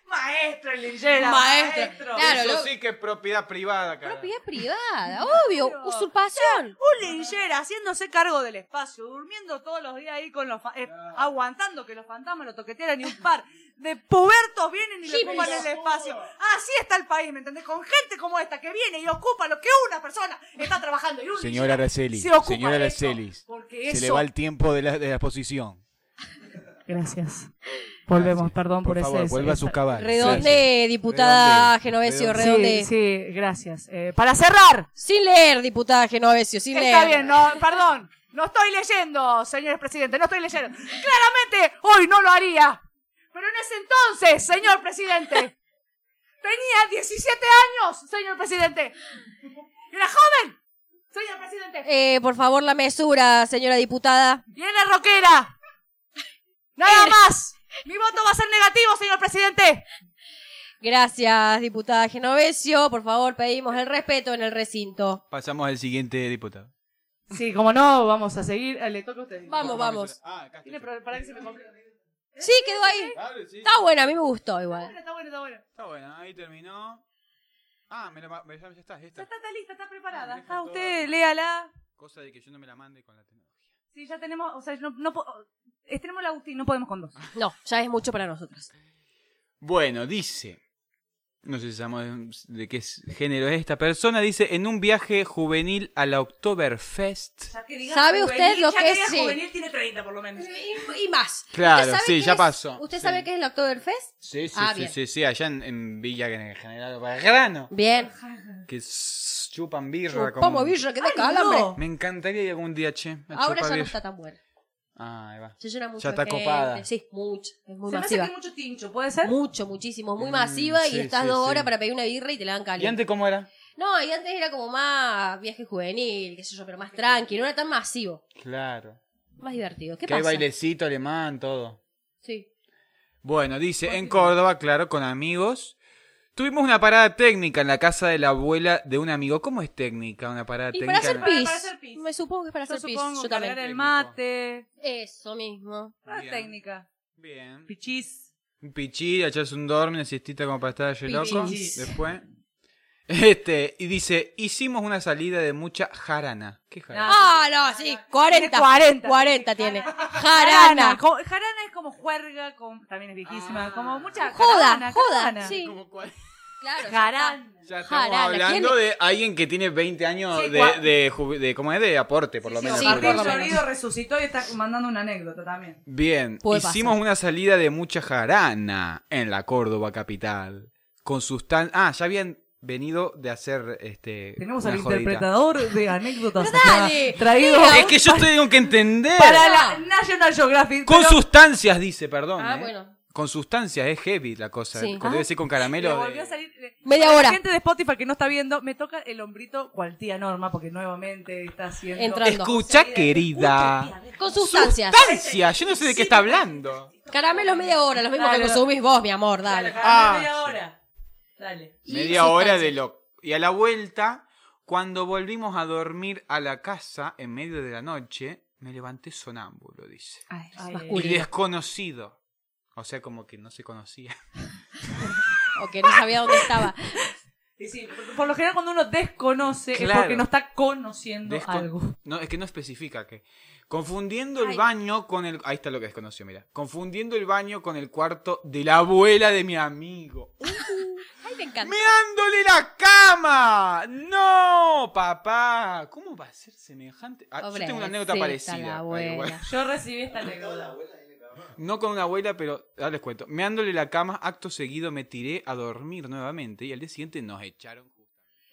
Maestro, el lillera. Maestro. Claro, Eso lo- sí que es propiedad privada, cara. Propiedad privada, obvio. Usurpación. Un linchera haciéndose cargo del espacio, durmiendo todos los días ahí con los fa- eh, aguantando que los fantasmas lo toquetearan y un par de pubertos vienen y le Hippies. ocupan el espacio. Así está el país, ¿me entendés? Con gente como esta que viene y ocupa lo que una persona está trabajando. Y un Señora linchera Araceli, se ocupa señora de eso, Araceli, porque Se le eso- va el tiempo de la, de la exposición. Gracias. Volvemos, perdón Por, por, favor, ese. vuelva a sus esa- cabal. Redonde, diputada Genovesio, Sí, redonde. sí, gracias. Eh, para cerrar, Sin leer, diputada Genovesio, sin leer. Está bien, no, perdón. No estoy leyendo, señores presidentes, no estoy leyendo. Claramente hoy no lo haría. Pero en ese entonces, señor presidente, tenía 17 años, señor presidente. Era joven, señor presidente. Eh, por favor, la mesura, señora diputada. Y era rockera. Nada más. Mi voto va a ser negativo, señor presidente. Gracias, diputada Genovesio. Por favor, pedimos el respeto en el recinto. Pasamos al siguiente diputado. Sí, como no, vamos a seguir. Eh, Le toca a usted. Vamos, vamos. Ah, acá está. Para que se me complete. Sí, quedó ahí. Claro, sí. Está buena, a mí me gustó igual. Está bueno, está bueno. Está bueno, ahí terminó. Ah, me la, ma- ya, ya está, ya Ya está. está, está lista, está preparada. Deja Ah, todo. usted, léala. Cosa de que yo no me la mande con la tecnología. Sí, ya tenemos, o sea, no, no po- es- tenemos Ah, la Agustín, no podemos con dos. No, ya es mucho para nosotros. Bueno, dice. no sé si sabemos de qué es- género es esta persona, dice, en un viaje juvenil a la Ah, Oktoberfest. Ya que diga ¿Sabe usted lo ya que es? diga Sí. juvenil tiene 30 por lo menos. Y, y más. Claro, ¿Usted sabe sí, qué ya es- pasó. ¿Usted Sí. sabe qué es el Oktoberfest? Sí, sí, Ah, sí, bien. sí, sí, allá en, en Villa General Belgrano, Bien. que s- chupan birra. Como como- birra, que da Ay, calambre. no. Me encantaría ir algún día, che. a chupar Ahora ya no birra. está tan buena. Ah, ahí va. Ya llena mucho Ya está de gente. copada. Sí, mucho. Es muy Se me hace que masiva. hay mucho tincho, ¿puede ser? Mucho, muchísimo. Muy Mm, masiva y sí, estás sí, dos sí. horas para pedir una birra y te la dan ¿Y caliente. antes cómo era? No, y antes era como más viaje juvenil, qué sé yo, pero más tranqui. No era tan masivo. Claro. Más divertido. ¿Qué que hay pasa? bailecito alemán, todo. Sí. Bueno, dice, en Córdoba, claro, con amigos. Tuvimos una parada técnica en la casa de la abuela de un amigo. ¿Cómo es técnica? Una parada Y para técnica. hacer en- Para- pis. para hacer pis. Me supongo que es para Yo hacer pis. supongo Yo cargar también. el mate, Eso mismo. la Bien. técnica. Bien. Pichis. Un pichí, echarse un dorme, una siestita como para estar allí loco. Pichis. Después. Este, y dice, hicimos una salida de mucha jarana. ¿Qué jarana? Ah, no, sí. 40. Tiene 40. 40 tiene. Jarana. Jarana. Co- Jarana es como juerga, con- también es viejísima, como mucha Joda, jarana, joda. jarana. Sí. Claro. Jarana. Ya estamos jarana, hablando de alguien que tiene 20 años Sí, de, cua- de, ju- de- ¿cómo es? De aporte, por lo menos. sí, por lo Martín por lo menos. menos. Sonido resucitó y está mandando una anécdota también. Bien, Puede hicimos pasar. una salida de mucha jarana en la Córdoba capital. Con sus tan... Ah, ya habían venido de hacer este. Tenemos una al jodita. interpretador de anécdotas Pero acá, dale, traído Es que yo tengo que entender. para la National Geographic. Con pero sustancias, dice, perdón. Ah, eh. bueno. Con sustancias, es heavy la cosa. Sí. Con- Ah, Debe ser con le caramelo. volvió de- a salir- Media Para hora. La gente de Spotify que no está viendo, me toca el hombrito cual tía Norma, porque nuevamente está haciendo... Entrando. eh, Escucha, querida. Con sustancias. Sustancias, yo no sé de qué está hablando. Caramelos media hora, los mismos que Dale. consumís vos, mi amor, Dale, dale. ah, media hora. Dale. Y Media hora sustancias. de lo... Y a la vuelta, cuando volvimos a dormir a la casa en medio de la noche, me levanté sonámbulo, dice. Ay, es Ay, Y masculino. desconocido. O sea, como que no se conocía. O que no sabía dónde estaba. Y sí, por, por lo general cuando uno desconoce Claro. es porque no está conociendo Descon- algo. No, es que no especifica que. Confundiendo el Ay. baño con el. Ahí está lo que desconoció, mira. Confundiendo el baño con el cuarto de la abuela de mi amigo. Ay, me encanta. ¡Meándole la cama! ¡No, papá! ¿Cómo va a ser semejante? Ah, yo tengo una anécdota Pobrecita parecida. la Ay, abuela. bueno. Yo recibí esta anécdota. No con una abuela, pero ahora les cuento. Meándole la cama, acto seguido me tiré a dormir nuevamente y al día siguiente nos echaron.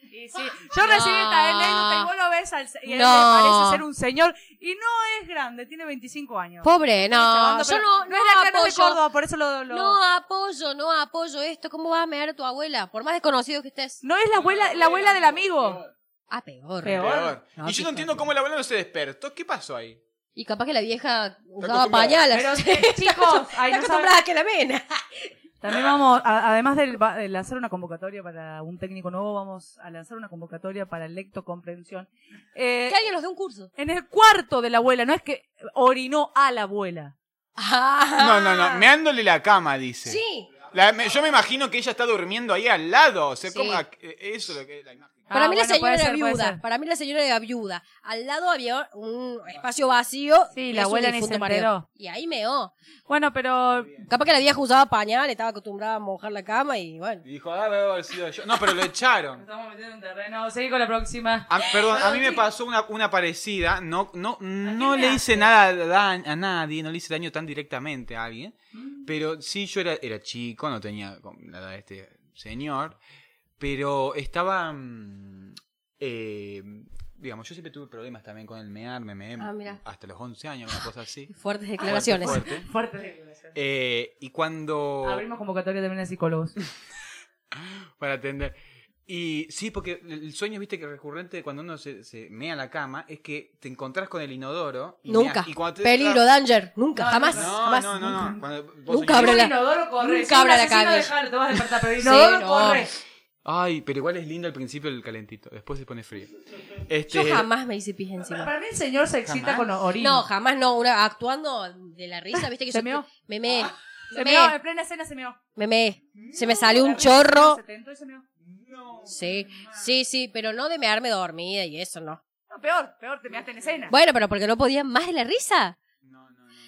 Y sí, yo recibí esta No. anécdota y vos lo ves al, se- y él No. le parece ser un señor y no es grande, tiene 25 años. Pobre, no. Chabando, Yo pero no, no, es de acá, no es de apoyo. Córdoba, por eso lo, lo- No apoyo, no apoyo esto. ¿Cómo vas a mear a tu abuela? Por más desconocido que estés. No es la abuela, la abuela del amigo. Ah, peor. Peor. Peor. No, y yo qué no entiendo cómo la abuela no se despertó. ¿Qué pasó ahí? Y capaz que la vieja usaba acostumbrada. pañales. Pero chicos, ay, Está no saben- acostumbrada a que la mena. También vamos, a- además del va- de lanzar una convocatoria para un técnico nuevo, vamos a lanzar una convocatoria para lectocomprensión. Eh, Que alguien nos dé un curso. en el cuarto de la abuela, no es que orinó a la abuela. Ah, No, no, no. Meándole la cama, dice. Ah, Sí. La- me- yo me imagino que ella está durmiendo ahí al lado. O sea, Sí. como a- eh, eso es lo que es la imagen. Para Ah, mí bueno, la señora puede era ser, puede viuda. ser. Para mí la señora era viuda. Al lado había un espacio vacío. Sí, y la es un abuela ni difunto se marido. enteró. Y ahí meó. Bueno, pero Capaz que la vieja usaba pañal, estaba acostumbrada a mojar la cama y bueno. Y dijo, ah, debe haber sido yo. No, pero lo echaron. estamos metiendo en terreno. Seguí con la próxima. A- perdón, a mí me pasó una, una parecida. No, no, no le hice nada a, da- a nadie, no le hice daño tan directamente a alguien. Mm. Pero sí, yo era, era chico, no tenía como la edad de este señor. Pero estaba. mm, eh, digamos, yo siempre tuve problemas también con el mear, me meé Ah, mira. hasta los 11 años, una cosa así. Fuertes declaraciones. Fuerte, fuerte. Fuerte declaración. Eh, y cuando. Abrimos convocatoria también de psicólogos. Para atender. Y sí, porque el sueño, viste, que recurrente de cuando uno se, se mea en la cama es que te encontrás con el inodoro. Y Nunca. meas. Y cuando te- Peligro, danger. Nunca, No, jamás. No, jamás. no, no, no. Cuando vos Nunca soñás- Abre la- inodoro corre. Nunca Si un abra la asesino, calle. dejalo, te vas a despertar, pero Sí, inodoro no. corre. Ay, pero igual es lindo al principio el calentito. Después se pone frío. Este, Yo jamás me hice pis encima. Para mí el señor se excita Jamás. con orina. No, jamás no. Una, actuando de la risa, viste que ¿Se yo. meó? Ah, Me meé. se Me meó, meé. en plena escena se meó. Me meé. Se me salió un La risa, chorro. se tentó y se meó. Sí, sí, sí, pero no de mearme dormida y eso no. No, peor, peor, te measte en escena. Bueno, pero porque no podía más de la risa.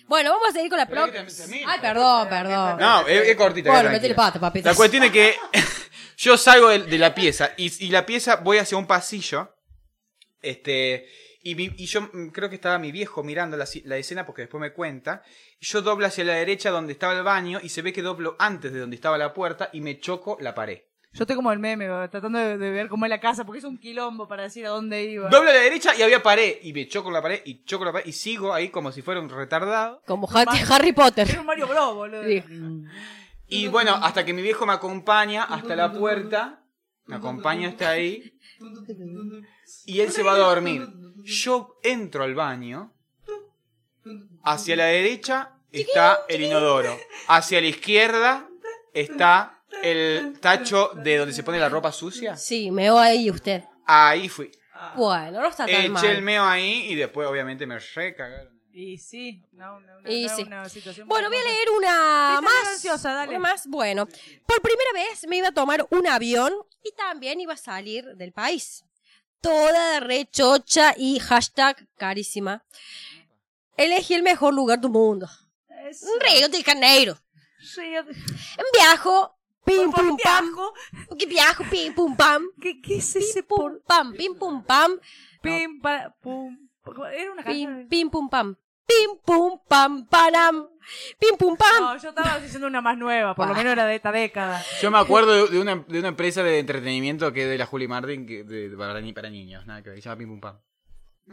Bueno, vamos a seguir con la Pero es que próxima. también se mira. Ay, perdón, perdón. No, es, es cortita. Bueno, tranquila. metí el pato, papito. La cuestión es que Yo salgo del- de, la pieza y, y la pieza voy hacia un pasillo. Este. Y, mi- y yo mm, creo que estaba mi viejo mirando la, ci- la escena porque después me cuenta. Yo doblo hacia la derecha donde estaba el baño y se ve que doblo antes de donde estaba la puerta y me choco la pared. Yo estoy como el meme, va, tratando de, de ver cómo es la casa, porque es un quilombo para decir a dónde iba. Doblo a la derecha y había pared. Y me choco la pared y choco la pared y sigo ahí como si fuera un retardado. Como Ha- Harry Potter. Era un Mario Bros, boludo. Sí. Y bueno, hasta que mi viejo me acompaña hasta la puerta. Me acompaña hasta ahí. Y él se va a dormir. Yo entro al baño. Hacia la derecha está el inodoro. Hacia la izquierda está el tacho de donde se pone la ropa sucia. Sí, me voy ahí usted. Ahí fui. Bueno, no está tan mal. Eché Ah. Eh, el meo ahí y después obviamente me recagaron. Y sí, no, no, no, Y no, sí. una situación Bueno, muy voy a buena. leer una Estás más. ansiosa, dale. Una más, bueno. Por primera vez me iba a tomar un avión y también iba a salir del país. Toda rechocha y hashtag carísima. Elegí el mejor lugar del mundo. Eso. Río de Janeiro. Sí, Viajo, pim por- por pum pam. viajo. Que viajo, pim pum pam. ¿Qué, qué es ese Pum por pam, pim pum pam. pim para pum? Era una canción. Pim pim pum pam. Pim pum pam param. Pim pum pam. No, yo estaba diciendo una más nueva, por lo menos era de esta década. Yo me acuerdo de, de una, de una empresa de entretenimiento que es de la Juli Martin que de, de- para, ni- para niños, nada que ver, se llama Pim Pum Pam.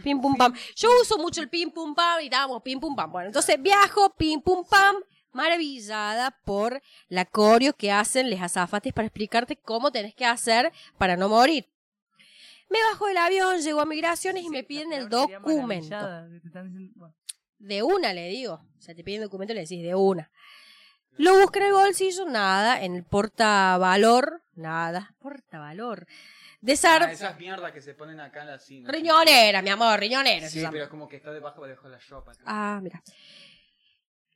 Pim pum pam. Yo uso mucho el pim pum pam y damos pim pum pam. Bueno, entonces viajo, pim pum pam, maravillada por la coreo que hacen les azafates para explicarte cómo tenés que hacer para no morir. Me bajo del avión, llego a migraciones y me piden el documento. De una le digo. O sea, te piden documento y le decís de una. Lo busqué en el bolsillo, nada. En el portavalor, nada. Portavalor. Desar... esas mierdas que se ponen acá en la cine. riñonera, mi amor, riñonera. se Sí, llama. pero es como que está debajo debajo de la ropa. Ah, mira.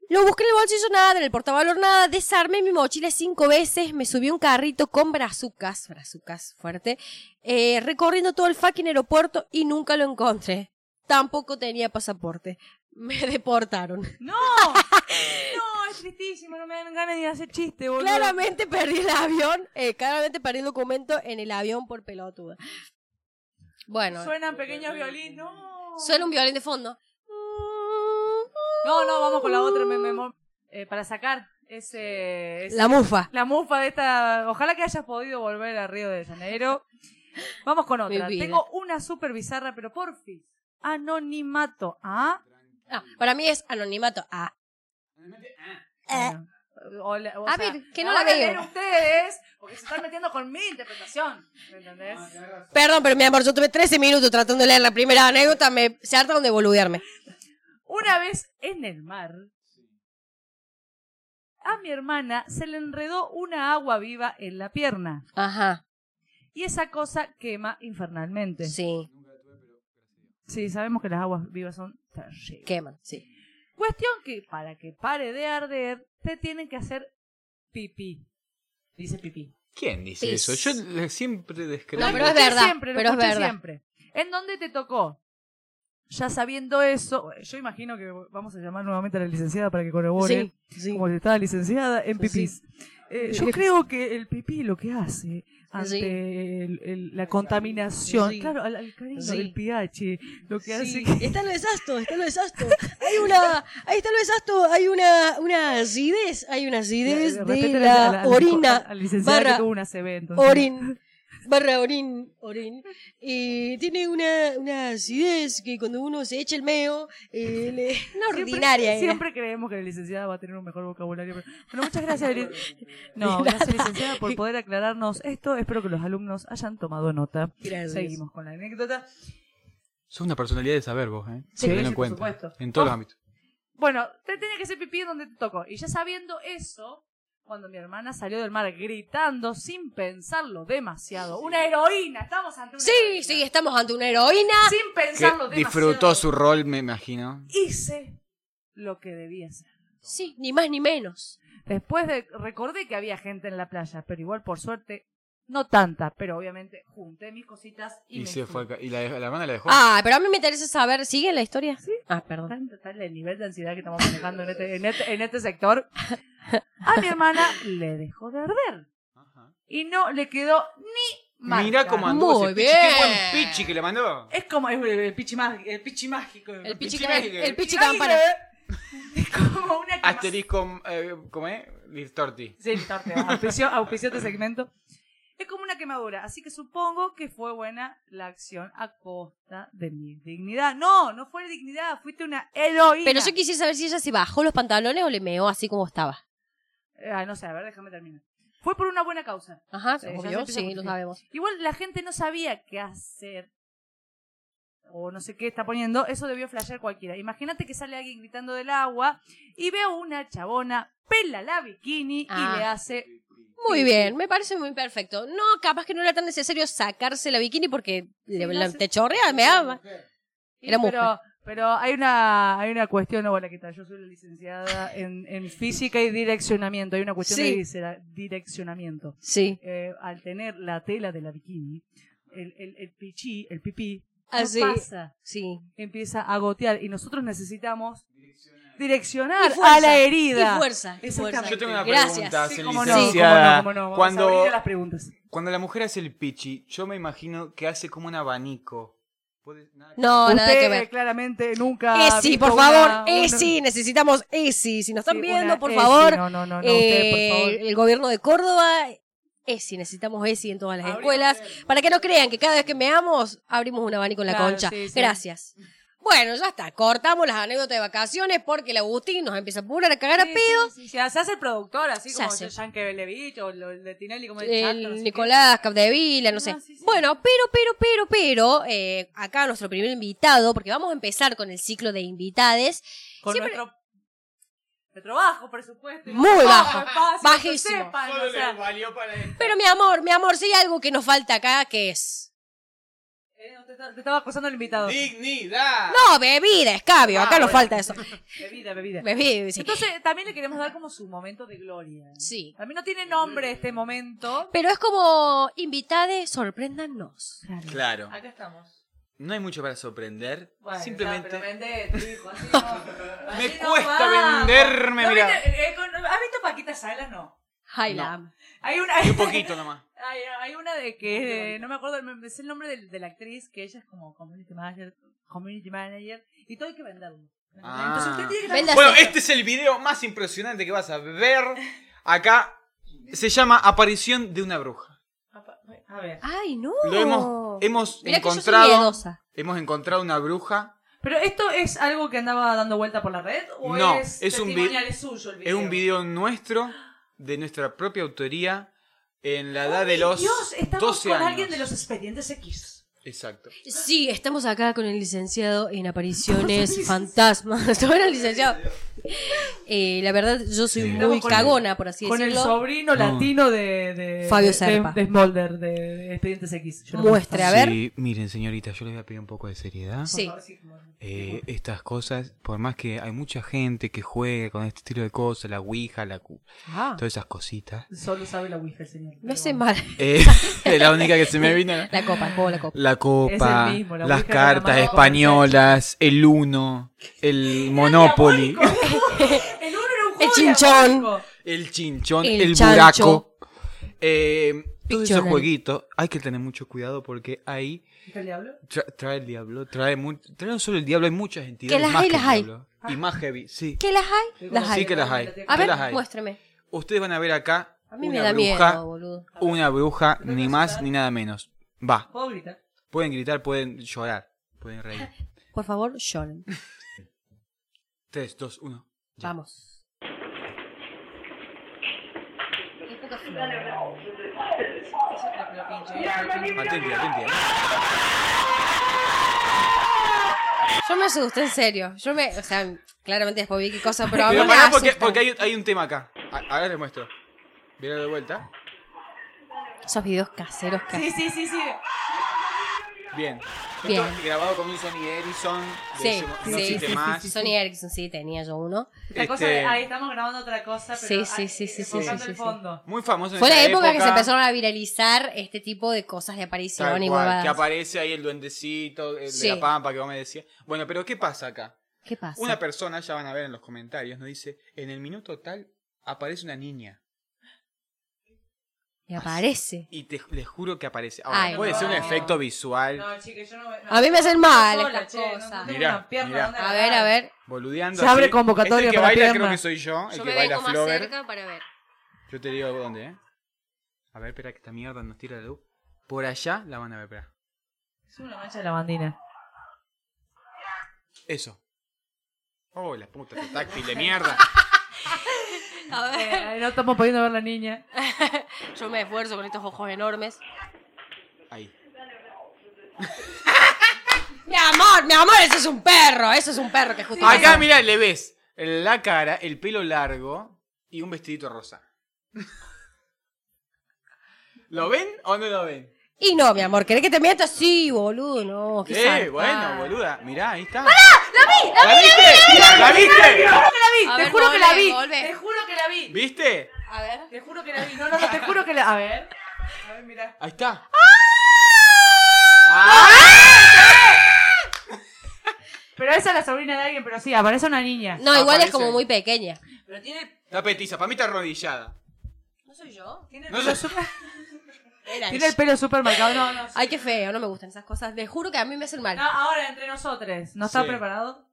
Lo busqué en el bolsillo nada, en el portavalor nada, desarmé mi mochila cinco veces, me subí a un carrito con brazucas, brazucas fuerte, eh, recorriendo todo el fucking aeropuerto y nunca lo encontré. Tampoco tenía pasaporte. Me deportaron. ¡No! No, es tristísimo, no me dan ganas ni de hacer chiste, Oh, boludo. Claramente perdí el avión, eh, claramente perdí el documento en el avión por pelotuda. Bueno, Suenan pequeños violines, no. suena un violín de fondo. Mm. No, no, vamos con la otra, me, me mo- eh, para sacar ese, ese- La mufa. la mufa de esta. Ojalá que hayas podido volver a Río de Janeiro. Vamos con otra. Mi vida. Tengo una super bizarra, pero porfis. Anonimato. ¿Ah? Ah, para mí es anonimato. Ah, Eh. Bueno, o la- o A sea, ver, que no la van a veo. leer ustedes, porque se están metiendo con mi interpretación. ¿Me entendés? Perdón, pero mi amor, yo tuve 13 minutos tratando de leer la primera anécdota, me, se hartaron de boludearme. Una vez en el mar, a mi hermana se le enredó una agua viva en la pierna. Ajá, Y esa cosa quema infernalmente. sí, Sí, sabemos que las aguas vivas son terribles. queman, sí. Cuestión que para que pare de arder, te tienen que hacer pipí. Dice pipí. ¿Quién dice Pis. eso? Yo le- siempre descreo. No, pero es escuché verdad, Siempre, lo pero es escuché verdad. siempre. ¿En dónde te tocó? Ya sabiendo eso, yo imagino que vamos a llamar nuevamente a la licenciada para que colabore. Sí, sí. como si estaba licenciada Sí. en pipís. Eh, yo creo que el pipí lo que hace ante Sí. el- el- la contaminación, Sí. claro, al, al cariño Sí. del pH, lo que hace Sí, que... Está lo desasto, está lo desasto. Hay una, ahí está lo desasto, hay una, una acidez, hay una acidez de Respeten la, a a orina, a la licenciada barra que tuvo una CB, entonces. orin, barra orin, orin. Y tiene una, una acidez que cuando uno se echa el meo, eh, le- una Siempre- ordinaria. ¿eh? era. Siempre creemos que la licenciada va a tener un mejor vocabulario. Pero, bueno, muchas gracias, Eli- no, gracias, licenciada, por poder aclararnos esto. Espero que los alumnos hayan tomado nota. Gracias. Seguimos con la anécdota. Sos una personalidad de saber vos, ¿eh? Sí, Se den sí, en por cuenta. supuesto. En todos los Ah. ámbitos. Bueno, te tenía que hacer pipí en donde te tocó. Y ya sabiendo eso, cuando mi hermana salió del mar gritando sin pensarlo demasiado, una heroína, estamos ante una Sí, heroína. sí, estamos ante una heroína. Sin Que pensarlo demasiado. disfrutó su rol, me imagino. Hice lo que debía hacer. Sí, ni más ni menos. Después de, recordé que había gente en la playa, pero igual por suerte, no tanta, pero obviamente junté mis cositas y, Y, me se fui. fue acá. Y la, la hermana la dejó. Ah, pero a mí me interesa saber, ¿sigue la historia? Sí. Ah, perdón. Tanto tal el nivel de ansiedad que estamos manejando en este, en este- en este sector. A mi hermana le dejó de arder. Ajá. y no le quedó ni marca. Mirá cómo andó Muy ese pichi. Qué bien. buen pichi que le mandó. Es como es el pichi, má- el pichi mágico. El pichi, pichi ca- Miguel. el pichi campana. Es como una que más- Asterisco, eh, ¿cómo es? Distorti. Sí, torte, auspició, auspició este segmento. Es como una quemadura, así que supongo que fue buena la acción a costa de mi dignidad. No, no fue dignidad, fuiste una heroína. Pero yo quisiera saber si ella se bajó los pantalones o le meó así como estaba. Ah, no sé, a ver, déjame terminar. Fue por una buena causa. Ajá, Sí, ya se obvio, empieza sí, a lo justificar. sabemos. Igual la gente no sabía qué hacer. O no sé qué está poniendo. Eso debió flashear cualquiera. Imagínate que sale alguien gritando del agua y ve a una chabona, pela la bikini Ah. y le hace. Muy bien, me parece muy perfecto. No, capaz que no era tan necesario sacarse la bikini porque le- no la- sé. te chorrea, me ama. Sí, Era mujer. pero, pero hay una hay una cuestión, no, bueno, ¿qué tal? Yo soy la licenciada en, en física y direccionamiento. Hay una cuestión Sí. de disera- direccionamiento. Sí, Eh, al tener la tela de la bikini, el, el, el pichí, el pipí, no así. pasa. Sí. empieza a gotear y nosotros necesitamos direccionar Y fuerza, a la herida. Y fuerza, y fuerza. Exactamente. Yo tengo una Gracias. pregunta, Sí, se cómo no, licenciada. cómo no, cómo no. Vamos a Cuando, abrir a las preguntas. cuando la mujer hace el pichi, yo me imagino que hace como un abanico. Puede- nada que- No, nada Usted, que ver. claramente nunca. ha Esi, visto por favor, una- una- Esi, necesitamos Esi. Si nos están sí, viendo, una por Esi. favor, No, no, no, no, eh, usted, por favor. el gobierno de Córdoba, ESI, necesitamos ESI en todas las Habría escuelas, para que no crean que cada vez que meamos abrimos un abanico en la Claro, concha. sí, sí. Gracias. Bueno, ya está, cortamos las anécdotas de vacaciones porque el Agustín nos empieza a apurar a cagar a Sí, pedo. sí, sí, se hace el productor, así Se como hace. el Yankee Belevich o lo- el de Tinelli, como el, Chato, no sé el qué. Nicolás Capdevila, no sé. No, sí, sí. Bueno, pero, pero, pero, pero, eh, acá nuestro primer invitado, porque vamos a empezar con el ciclo de invitades, Con siempre- nuestro, nuestro bajo presupuesto. Muy bajo, espacio, bajísimo. que sepan, o sea, Pero mi amor, mi amor, si hay algo que nos falta acá, que es? eh, no, te, te estaba acusando el invitado. Ah. ¡Dignidad! No, bebida, escabio, acá nos falta eso. Bebida, bebida. Bebida, sí. Ah, Entonces, también le queremos dar como su momento de gloria. Sí. También no tiene nombre este momento. Pero es como, invitades, sorpréndanos. Claro. Acá estamos. No hay mucho para sorprender. Bueno, Simplemente. no, pero vendete, hijo, así no. Me Así no cuesta vamos. venderme, ¿No mirá. viste, eh, con- ¿Has visto Paquita Salas? No. Ay, la No. amo. Hay una, Y un poquito nomás. hay, hay una de que, eh, no me acuerdo, me, me sé el nombre de, de la actriz, que ella es como community manager, community manager y todo hay que venderlo. Ah. Entonces usted tiene que Venda- Bueno, este es el video más impresionante que vas a ver. Acá se llama Aparición de una bruja. A ver. Ay, no. Lo Oh. hemos, hemos Mirá que yo soy encontrado. miedosa. Hemos encontrado una bruja. Pero esto es algo que andaba dando vuelta por la red o No, es, es un vi- testimonial, es suyo el Es video. un video nuestro, de nuestra propia autoría, en la edad ¡Ay, de los Dios, estamos 12 con años. alguien de los expedientes X. Exacto. Sí, estamos acá con el licenciado en apariciones fantasmas. Todo era el licenciado. Eh, la verdad, yo soy muy Estamos con el- cagona, por así Con el decirlo. sobrino latino de, de Fabio de- Serpa. de, de Smolder, de, de Expedientes X. Yo lo Muestre, a ver. Sí, miren, señorita, yo les voy a pedir un poco de seriedad. conozco. Por Sí. favor, sí, como- Eh, estas cosas, por más que hay mucha gente que juega con este estilo de cosas, la ouija, la cu- Ah, todas esas cositas. Solo sabe la Ouija el señor. me hace mal. Eh, es la única que se me vino. La copa, juego la copa. La copa, Es el mismo, la las ouija era la cartas mano españolas, el uno, el Monopoly, El uno era un juego El chinchón. diabólico. el chinchón, El el, chancho. buraco. Eh, todos esos Pictionary. jueguitos hay que tener mucho cuidado porque ahí ¿Qué le hablo? tra- trae el diablo, trae, mu- trae no solo el diablo, hay muchas entidades las más hay, que el las hay. diablo. y más heavy, sí. ¿Qué las hay? Las Sí hay. Sí que las hay. A que ver, las hay. muéstrame. Ustedes van a ver acá A mí me una da bruja, miedo, boludo. una bruja, ni más ni nada menos. Va, ¿Puedo gritar? pueden gritar, pueden llorar, pueden reír. Por favor, lloren. 3, 2, 1. Vamos. Atenti, eh. atenti. Yo me asusté en serio. Yo me, o sea, claramente después vi qué cosa, pero a mí Pero me pará porque, asustan. porque hay, hay un tema acá. A- Ahora les muestro. Mirá de vuelta. Esos videos caseros que Sí, sí, sí, sí. Bien. Bien. Esto es grabado con un Sony Edison. de Sí, ese- no sí, existe sí, más. sí, Sony Ericsson sí tenía yo uno. Esta cosa Este- de, ahí estamos grabando otra cosa, pero Sí, sí, ahí, sí, sí, sí, enfocando sí, el sí. fondo. Muy famoso en Fue la esa época, que se empezaron a viralizar este tipo de cosas de Tal aparición y cual, huevadas. que aparece ahí el duendecito, el Sí. de la pampa que vos me decías. Bueno, pero ¿qué pasa acá? ¿Qué pasa? Una persona, ya van a ver en los comentarios, nos dice, en el minuto tal aparece una niña. Y aparece. Y te, les juro que aparece. Ahora, Ay, puede ser un no. efecto visual. No, chicas, yo no, no- A mí me hacen mal sola, estas che, no cosas. tengo Eh. Mirá, una pierna mirá. donde A agarrar. ver, a ver. Boludeando. Se abre así. convocatoria Este que para baila creo pierna. que soy yo. El Yo que me baila vengo más Flover. cerca para ver. Yo te digo dónde, ¿eh? A ver, espera que esta mierda nos tira la luz. Por allá la van a ver, espera. Es una mancha de lavandina. Eso. Oh, la puta, qué táctil de mierda. A ver. Ay, Eh, no estamos pudiendo ver la niña. Yo me esfuerzo con estos ojos enormes. Ahí. Mi amor, mi amor, eso es un perro. Eso es un perro que justo. Acá, mira, le ves la cara, el pelo largo y un vestidito rosa. ¿Lo ven o no lo ven? Y no, mi amor, ¿querés que te mienta? Sí, boludo, no. Qué Eh, zarpado. bueno, boluda. Mirá, ahí está. ¡La vi! ¡La vi! ¿La viste? Te juro que la vi, A te ver, juro que la volvé, vi. volvé. Te juro que la vi. ¿Viste? A ver. Te juro que la vi. No, no, no, te juro que la. A ver. A ver, mirá. Ahí está. ¡Ah! Pero esa es la sobrina de alguien, pero sí, aparece una niña. No, igual Aparece. es como muy pequeña. Pero tiene. Está petiza, para mí está arrodillada. ¿No soy yo? Tiene, No sé. Era tiene ella. el pelo súper marcado. No, no. Ay, qué feo, no me gustan esas cosas. Te juro que a mí me hacen mal. No, ahora entre nosotros. ¿No está Sí. preparado?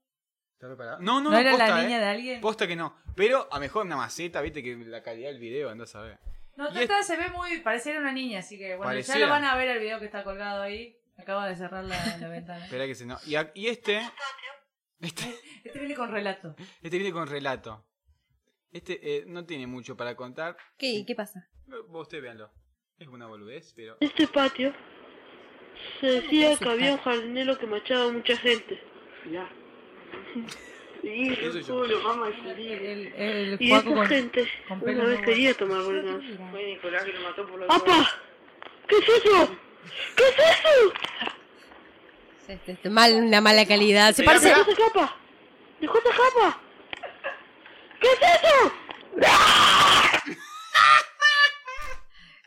¿Está preparado? No, no, ¿No, no, era posta, la eh. niña de alguien? Posta que no. Pero a mejor una maceta, viste que la calidad del video, andás a ver. No, Y esta se ve muy. Pareciera una niña, así que bueno, ya Pareciera. lo van a ver el video que está colgado ahí. Acabo de cerrar la, la ventana. Espera que se no. Y, a- y este, este. Este viene con relato. Este viene con relato. Este eh, no tiene mucho para contar. ¿Qué, ¿Qué pasa? Vos ustedes véanlo. Es una boludez, pero. este patio se decía que había un jardinero que machaba a mucha gente. Ya. Y yo Eso yo. como lo vamos a El, salir. el, el Y Juaco esa con- gente con pelo una vez no quería tomar vergas. Mira. Fue Nicolás que lo mató por la ¡Apa! ¿Qué es eso? ¿Qué es eso? Este, este, mal, una mala calidad. Se Mira, parece. ¡Dejó esa capa! ¡Dejó esa capa! ¿Qué es eso?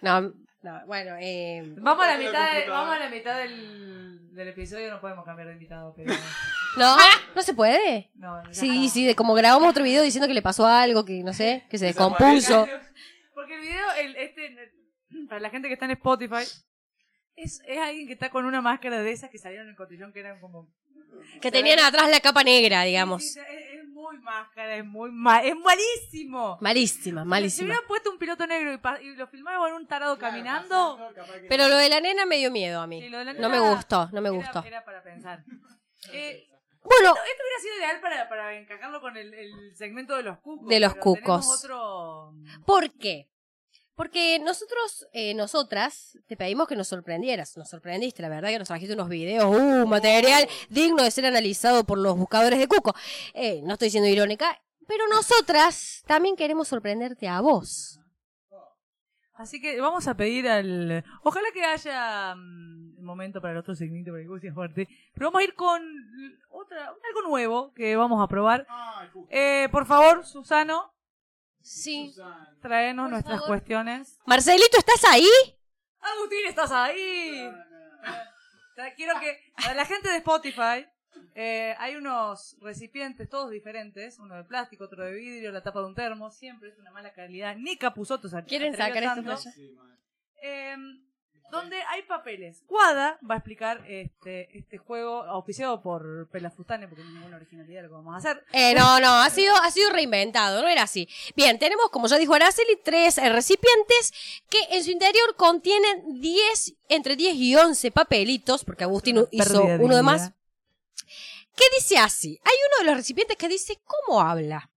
No, no, bueno, eh. Vamos a la mitad, de- vamos a la mitad del, del episodio, no podemos cambiar de invitado, pero. No, no se puede. No, ya Sí, está. sí, de como grabamos otro video diciendo que le pasó algo, que no sé, que se descompuso. Porque el video, el, este, para la gente que está en Spotify, es, es alguien que está con una máscara de esas que salieron en cotillón que eran como. Que tenían atrás la capa negra, digamos. Es, es muy máscara, es muy ma- es malísimo. Malísima, Si malísima. hubieran puesto un piloto negro y, pa- y lo filmaron con un tarado caminando, Pero lo de la nena me dio miedo a sí, mí. lo de la No me nena gustó, no me era- gustó. Era para pensar. Eh, Bueno, Esto hubiera sido ideal para, para encajarlo con el, el segmento de los cucos. De los pero cucos. tenemos otro- mm. ¿Por qué? Porque nosotros, eh, nosotras, te pedimos que nos sorprendieras. Nos sorprendiste, la verdad, que nos trajiste unos videos, uh, material digno de ser analizado por los buscadores de Cuco. Eh, no estoy siendo irónica, pero nosotras también queremos sorprenderte a vos. Así que vamos a pedir al. Ojalá que haya mm, un momento para el otro segmento, para que vos seas fuerte. Pero vamos a ir con otra, algo nuevo que vamos a probar. Eh, por favor, Susano, Sí. traenos Por nuestras favor. cuestiones. Marcelito, ¿estás ahí? Agustín, estás ahí. Tra- Quiero que. Para la gente de Spotify. eh, hay unos recipientes todos diferentes, uno de plástico, otro de vidrio, la tapa de un termo, siempre es una mala calidad. Ni capuzotos ¿Quieren sacar estos esto? mayas? Em, donde hay papeles. Guada va a explicar este, este juego auspiciado por Pelafustane, porque no es ninguna originalidad lo que vamos a hacer. Eh, no, no, ha sido, ha sido reinventado, no era así. Bien, tenemos, como ya dijo Araceli, tres eh, recipientes que en su interior contienen 10, entre 10 y 11 papelitos, porque Agustín hizo Pérdida de uno de dignidad. más, que dice así. Hay uno de los recipientes que dice cómo habla.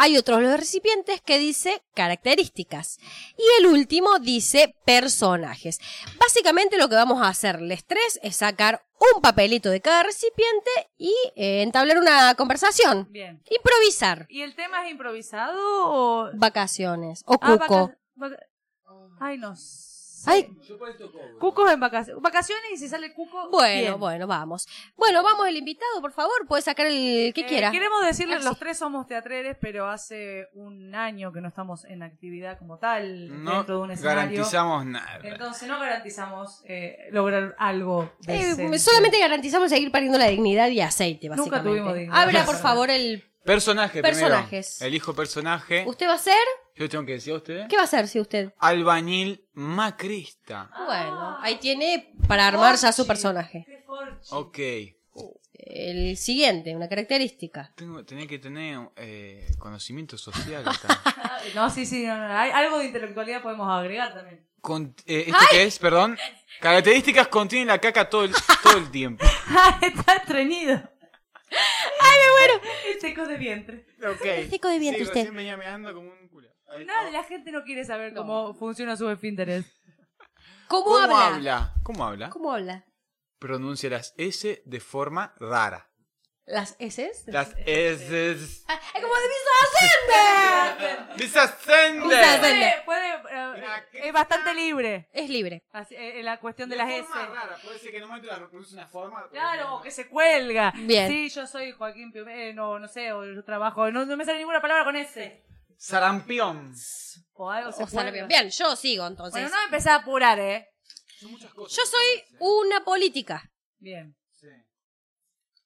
Hay otros de los recipientes que dice características. Y el último dice personajes. Básicamente lo que vamos a hacer les tres es sacar un papelito de cada recipiente y eh, entablar una conversación. Bien. Improvisar. ¿Y el tema es improvisado o.? Vacaciones. O Ah, cuco. vaca- vaca- Ay, no. sé. Ay, Cucos en vacaciones. Vacaciones y si sale cuco. bueno, bien. bueno, vamos. Bueno, vamos el invitado, por favor. Puede sacar el que Eh, quiera. Queremos decirle, Ah, sí. los tres somos teatreres, pero hace un año que no estamos en actividad como tal No dentro de un escenario. garantizamos nada. Entonces no garantizamos eh, lograr algo. Eh, decente. solamente garantizamos seguir perdiendo la dignidad y aceite, Nunca básicamente. tuvimos dignidad. Abra, por Personaje. favor, el. Personaje primero. Personajes. Elijo personaje. ¿Usted va a ser? Yo tengo que decir a usted. ¿Qué va a hacer si usted? Albañil macrista. Bueno, ahí tiene para armar ya su personaje. Ok. El siguiente, una característica. Tengo, tenés que tener eh, conocimiento social acá. No, sí, sí, no, no, hay algo de intelectualidad podemos agregar también. Con- eh, ¿Esto qué es? Perdón. Características contienen la caca todo el, todo el tiempo. Está estreñido. Ay, me muero. Seco de vientre. Ok. Seco de vientre Sí, usted. recién venía meando como un culo. Ahí No, la gente no quiere saber cómo funciona su esfínteres. ¿Cómo, ¿Cómo habla? habla? ¿Cómo habla? ¿Cómo habla? Pronuncia las S de forma rara. ¿Las S? Las S. ¡Es como de Misa eh, Ascende! Misa ¡Desascende! Ascende. Puede, puede, eh, es bastante libre. Es libre. Así, eh, la cuestión de las S. rara, puede ser que en un momento la reproduce una forma. Claro, o que se cuelga. Bien. Sí, yo soy Joaquín Piumé, no, no sé, o yo trabajo, no, no me sale ninguna palabra con S. Sarampión. O algo se O sea, cuelga. bien. Bien, yo sigo entonces. Bueno, no me empezás a apurar, ¿eh? Yo soy una política Bien.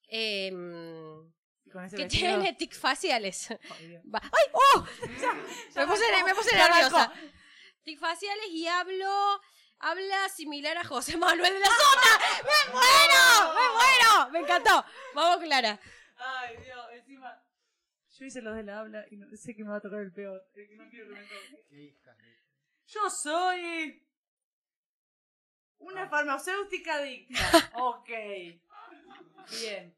eh, Con ese que vestido. tiene tic faciales. Ay, Dios. Va- ¡Ay! ¡Oh! me, puse, arrancó, me puse ya nerviosa. arrancó. Tic faciales y hablo. Habla similar a José Manuel de la Sota. ¡Me muero! ¡Me muero! Me encantó. Vamos, Clara. Ay, Dios, encima. Yo hice los de la habla y no, sé que me va a tocar el peor. eh, que No quiero que me toque. Yo soy. Una farmacéutica adicta. Ok. Bien.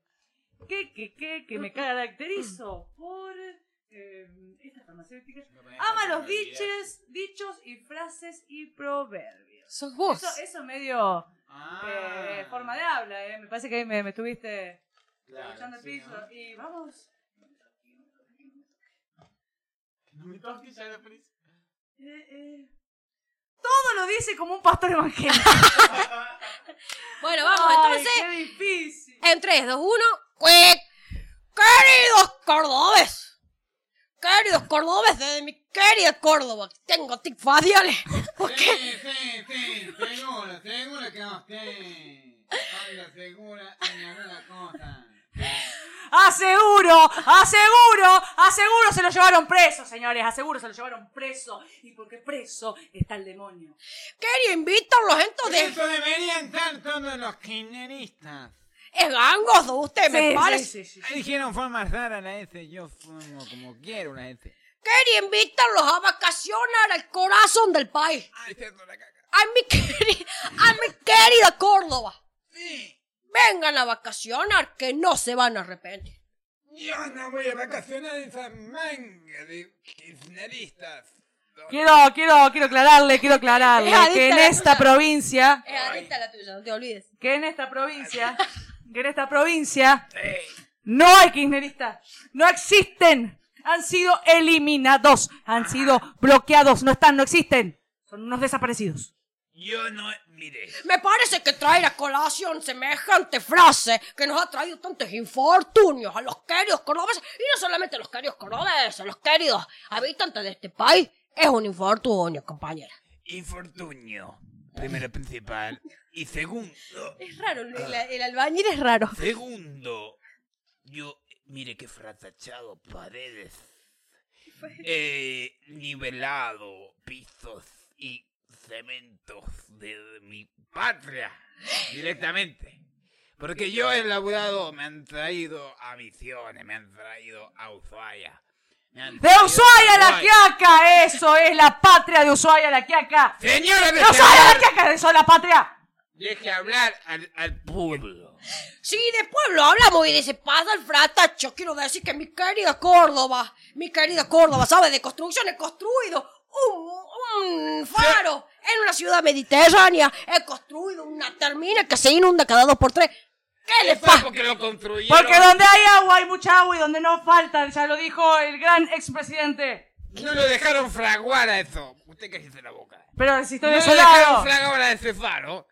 ¿Qué, qué, qué, que me caracterizo por. eh, esta farmacéutica. Ama los dichos, dichos y frases y proverbios. Sos vos. Eso, eso medio. eh, forma de habla, eh. Me parece que ahí me, me estuviste. Echando el piso. Y vamos. Eh, eh. Todo lo dice como un pastor evangélico. Bueno, vamos, Ay, entonces. Qué difícil. En 3, 2, 1. ¡Cuic! Queridos cordobes. Queridos cordobes desde mi querida Córdoba. que Tengo tic faciales. ¿Por qué? sí, sí, segura, segura que usted anda segura en alguna cosa. Aseguro, aseguro, aseguro se lo llevaron preso, señores. Aseguro se lo llevaron preso. Y porque preso está el demonio. Quería invitarlos entonces. Eso deberían estar todos los kirchneristas. Es gangoso usted, Eh, me parece. sí, sí, sí. Ahí Dijeron forma rara la S, yo formo como quiero una S. Quería invitarlos a vacacionar al corazón del país. A mi, queri- a mi querida Córdoba. Vengan a vacacionar que no se van a arrepentir. Eh, Yo no voy a vacacionar en esa manga de kirchneristas. Quiero, quiero, quiero aclararle, quiero aclararle Es adicta que en la tuya. esta provincia, Es adicta la tuya, no te olvides. que en esta provincia, que en esta provincia no hay kirchneristas, no existen, han sido eliminados, han sido bloqueados, no están, no existen, son unos desaparecidos. Yo no, mire. Me parece que traer a colación semejante frase que nos ha traído tantos infortunios a los queridos cordobeses, y no solamente a los queridos cordobeses, a los queridos habitantes de este país, es un infortunio, compañera. Infortunio, primero principal. Y segundo, Es raro, el, el albañil es raro. segundo, yo, mire qué frasachado paredes. Eh, nivelado pisos y cementos de mi patria directamente. Porque yo he laburado, me han traído a Misiones, me han traído a Ushuaia. me han De traído a Ushuaia a la Quiaca, eso es la patria de Ushuaia a la Quiaca. Señora De de Ushuaia a la Quiaca, eso es la patria. deje hablar al, al pueblo. Si de pueblo hablamos y dice, pasa el fratacho, quiero decir que mi querida Córdoba, mi querida Córdoba, sabe de construcción, he construido un, un faro en una ciudad mediterránea, he construido una termina que se inunda cada dos por tres. ¿Qué le Eso es pasa? porque lo construyeron. Porque donde hay agua hay mucha agua y donde no falta, ya lo dijo el gran expresidente. No lo dejaron fraguar a eso. Usted cállese la boca. Pero si estoy no lo desolado. dejaron fraguar a ese este faro.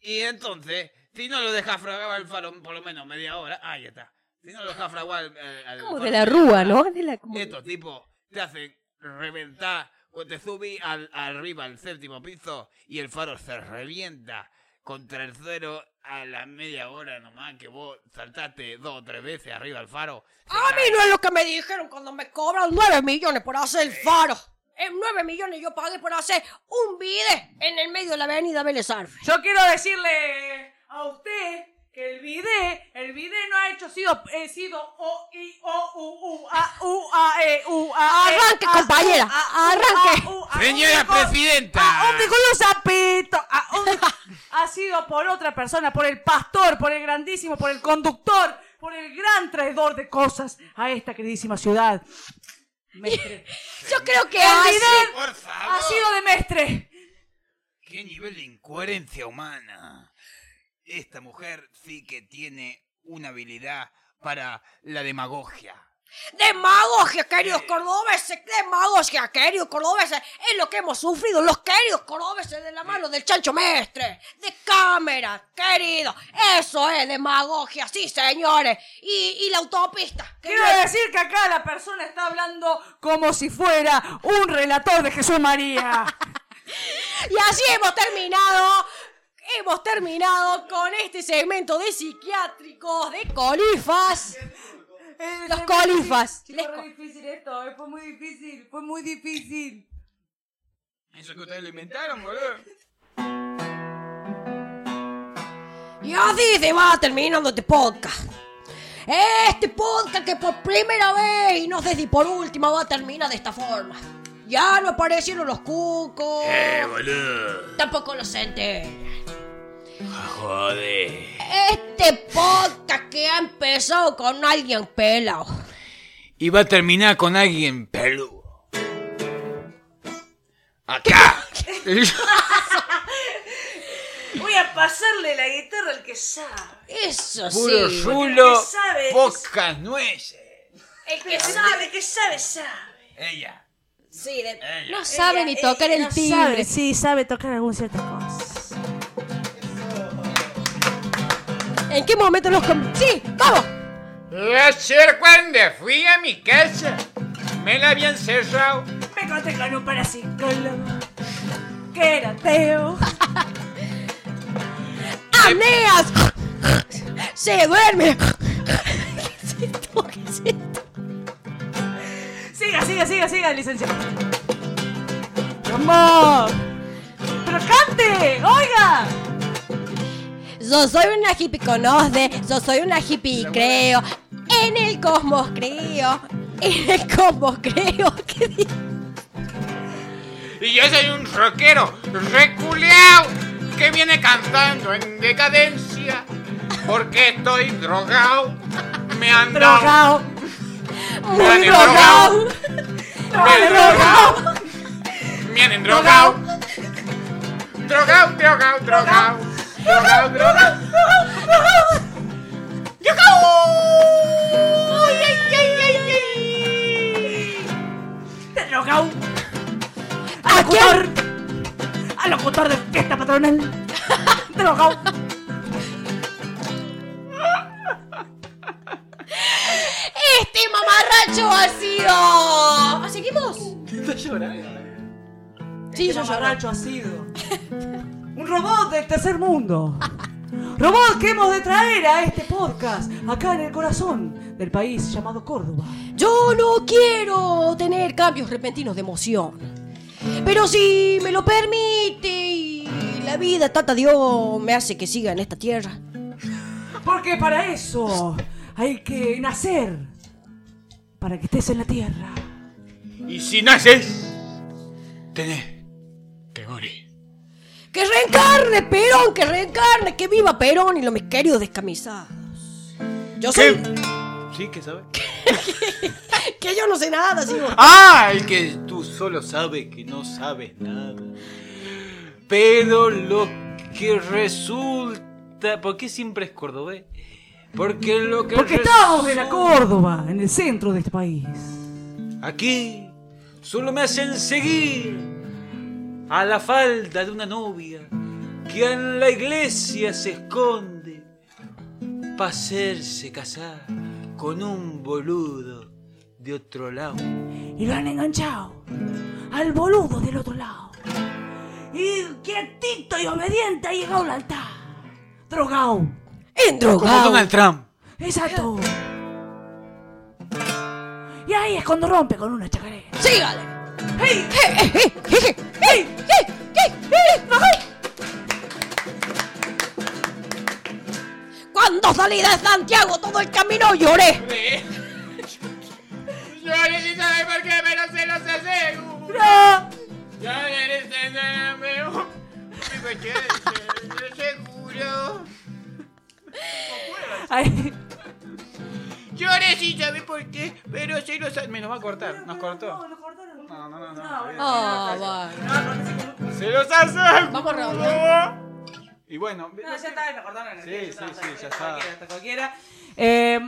Y entonces, si no lo deja fraguar el faro por lo menos media hora, ah, ya está. Si no lo deja fraguar al, al- al Como faro, de la rúa, ¿no? De la, como- Estos tipos te hacen reventar. O te subí al, arriba al séptimo piso y el faro se revienta contra el suelo a la media hora nomás que vos saltaste dos o tres veces arriba al faro. se A mí cae. no es lo que me dijeron cuando me cobran nueve millones por hacer el faro. En 9 millones yo pagué por hacer un vide en el medio de la avenida Vélez Arfield. Yo quiero decirle a usted que el vide, el vide no ha hecho sido, eh, sido o, i, o, u, u, a, u, a, e, u, a, e, Arranque, a, compañera, u, a, u, ah, arranque. a, u, a, Señora un bico- presidenta. A un bico los zapitos, a un- ha sido por otra persona, por el pastor, por el grandísimo, por el conductor, por el gran traidor de cosas a esta queridísima ciudad. Mestre. Yo creo que El así- vide Por ha favor. sido de mestre. ¿Qué nivel de incoherencia humana? Esta mujer sí que tiene una habilidad para la demagogia. Demagogia, queridos cordobeses, demagogia, queridos cordobeses, es lo que hemos sufrido los queridos cordobeses de la mano del chancho mestre, de cámara, querido, eso es demagogia, sí señores, y, y la autopista, que Quiero no es- decir que acá la persona está hablando como si fuera un relator de Jesús María. y así hemos terminado, hemos terminado con este segmento de psiquiátricos, de colifas, Eh, Los es muy colifas. difícil, chicos, Les re co- difícil esto, eh, fue muy difícil, fue muy difícil. Eso que ustedes lo inventaron, boludo. y así se va terminando este podcast. Este podcast que por primera vez y no sé si por última va a terminar de esta forma. Ya no aparecieron los cucos. Eh, boludo. Tampoco los centenas. Joder. Este podcast que ha empezado con alguien pelado. Y va a terminar con alguien peludo. Acá. Voy a pasarle la guitarra al que sabe. Eso Puro sí. chulo, ¿Qué sabes? pocas nueces. El que sabe, que sabe, sabe. Ella. Sí, de- Ella. No sabe ni tocar el timbre. Sabe, sí, sabe tocar algún cierto cosa. ¿En qué momento los... com- Sí, vamos. Ayer cuando fui a mi casa, me la habían cerrado. Me conté con un parapsicólogo que era ateo. ¡Aneas! Se duerme. ¿Qué es esto? ¿Qué es esto? Siga, siga, siga, siga, licenciado. ¡Vamos! ¡Pero cante! ¡Oiga! Yo soy una hippie conoce, yo soy una hippie y creo. En el cosmos creo. En el cosmos creo. ¿Qué di- Y yo soy un rockero reculeado que viene cantando en decadencia porque estoy drogado. Me han dado. Drogao. Muy Dale, drogado. Me han drogado. Me han drogado. Drogado, drogado, drogado. Drogado, drogado. Drogao. Al locutor. Al locutor de fiesta patronal. Drogao. Este mamarracho ha sido. ¿Seguimos? Sí, yo lloro. Este mamarracho ha sido. Un robot del tercer mundo. Robot que hemos de traer a este podcast, acá en el corazón del país llamado Córdoba. Yo no quiero tener cambios repentinos de emoción. Pero si me lo permite y la vida, tata Dios, me hace que siga en esta tierra. Porque para eso hay que nacer. Para que estés en la tierra. Y si naces, tenés que morir. ¡Que reencarne, Perón! ¡Que reencarne! ¡Que viva Perón y los mis queridos descamisados! Yo soy... Sí, que sabe. Que yo no sé nada, sino... ¡Ah! El que tú solo sabes que no sabes nada. Pero lo que resulta. ¿Por qué siempre es cordobés? Porque lo que. Porque resu- estamos en la Córdoba, en el centro de este país. Aquí solo me hacen seguir a la falda de una novia que en la iglesia se esconde para hacerse casar con un boludo de otro lado. Y lo han enganchado al boludo del otro lado. Y quietito y obediente ha llegado al altar. Drogao. Como Donald Trump. Exacto. Y ahí es cuando rompe con una chacarera. ¡Sígale! Cuando salí de Santiago todo el camino lloré. Yo ni sabe por qué, pero se los aseguro. Yo ni sé nada, pero- Digo, yo- yo- yo seguro. Ay, Lloré sí sabe por qué, pero se los aseguro. Me nos va a cortar, nos cortó. lo cortaron. No, no, no, No, no. bueno. Ah, bueno. Se los aseguro. Vamos, Raúl. Y bueno, No, ya está, lo cortaron. Sí, sí, está, sí, está, ya está, está. cualquiera, está cualquiera. Eh,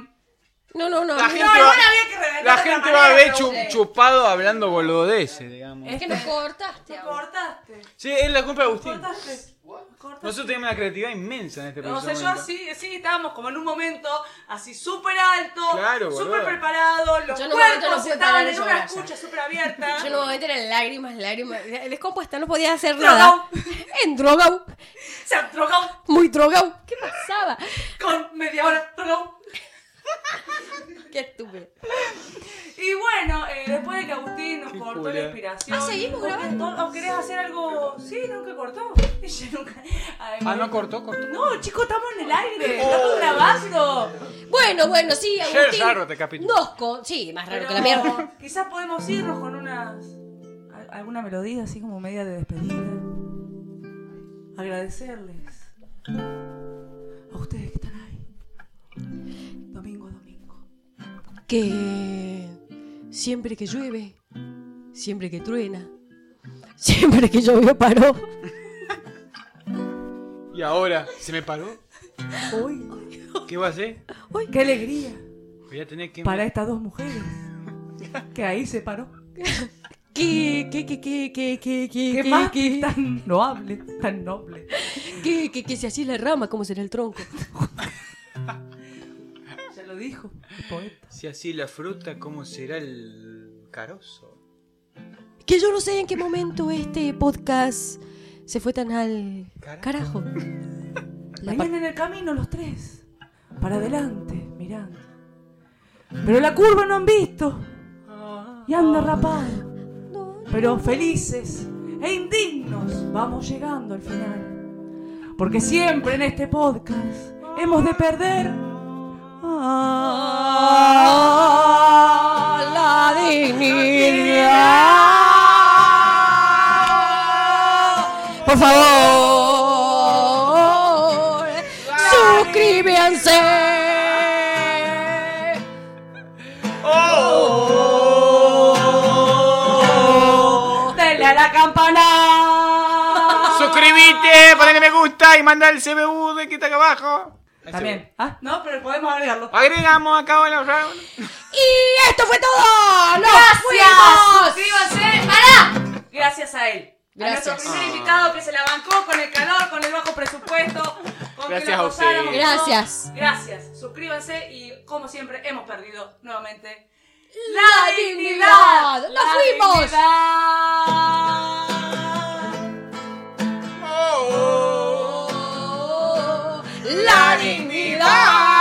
No, no, no. La no, gente no, va- igual había que reventar la de otra gente va a ver manera, chu- Raúl. chupado hablando boludeces, digamos. Es que nos cortaste. Lo cortaste. Sí, es la culpa de Agustín. Cortaste. Cortaste. Nosotros tenemos una creatividad inmensa en este No, o preciso sea, yo momento. así, sí, estábamos como en un momento así súper alto, Claro, súper boludo. preparados, los Yo en un momento cuerpos no pude estaban parar en de una llorar ya. escucha súper abierta. Yo no me meter en lágrimas, lágrimas. Descompuesta, no podía hacer Drogao. nada. En drogao. Se han drogado Muy drogao. ¿Qué pasaba? con media hora, drogado. Qué estúpido. Y bueno, eh, después de que Agustín nos cortó culia. la inspiración. Ah, ¿seguimos nos grabando? cortó- ¿O querés hacer algo? Sí, nunca cortó. Ella nunca. Ah, no Oh, cortó, cortó. No, chicos, estamos en el aire, estamos grabando. Bueno, bueno, sí, Ayer Agustín. es raro este capítulo. Nos co- Sí, más raro Pero que la mierda. Quizás podemos irnos con unas. a- alguna melodía así como media de despedida. Agradecerles a ustedes que están ahí. Domingo a domingo. Que siempre que llueve, siempre que truena, siempre que llovió paró. Y ahora, ¿se me paró? ¿Qué va a hacer? ¡Uy, qué alegría! Voy a tener que. Para estas dos mujeres. Que ahí se paró. Que, que, que, que, que, que, que, Qué que, más que, tan noble, tan noble. que, que, que si así la rama, como será el tronco. Ya lo dijo el poeta. Si así la fruta, ¿cómo será el carozo? Que yo no sé en qué momento este podcast se fue tan al Carajo. carajo. Venían en el camino los tres. Para adelante, mirando. Pero la curva no han visto. Y anda rapado. Pero felices e indignos vamos llegando al final. Porque siempre en este podcast hemos de perder. a la dignidad. Por favor, suscríbanse. Oh. Dale a la campana. Suscríbete, ponle me gusta y manda el CBU de que está acá abajo. También. Ah, no, pero podemos agregarlo. Agregamos acá a los rounds. Y esto fue todo. ¡Nos fuimos! Suscríbanse. ¡Para! Gracias a él. A Gracias. nuestro primer invitado que se la bancó con el calor, con el bajo presupuesto. Con que Gracias nos a ustedes. gozáramos. Gracias. Gracias. Suscríbanse y, como siempre, hemos perdido nuevamente la, dignidad. dignidad. ¡La ¡Nos fuimos! dignidad! Oh. Oh. La Ah. dignidad.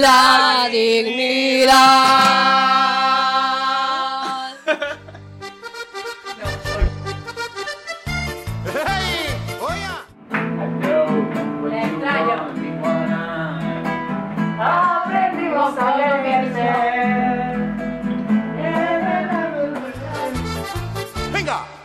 La dignidad. La extraño. Aprendimos a beber. Venga.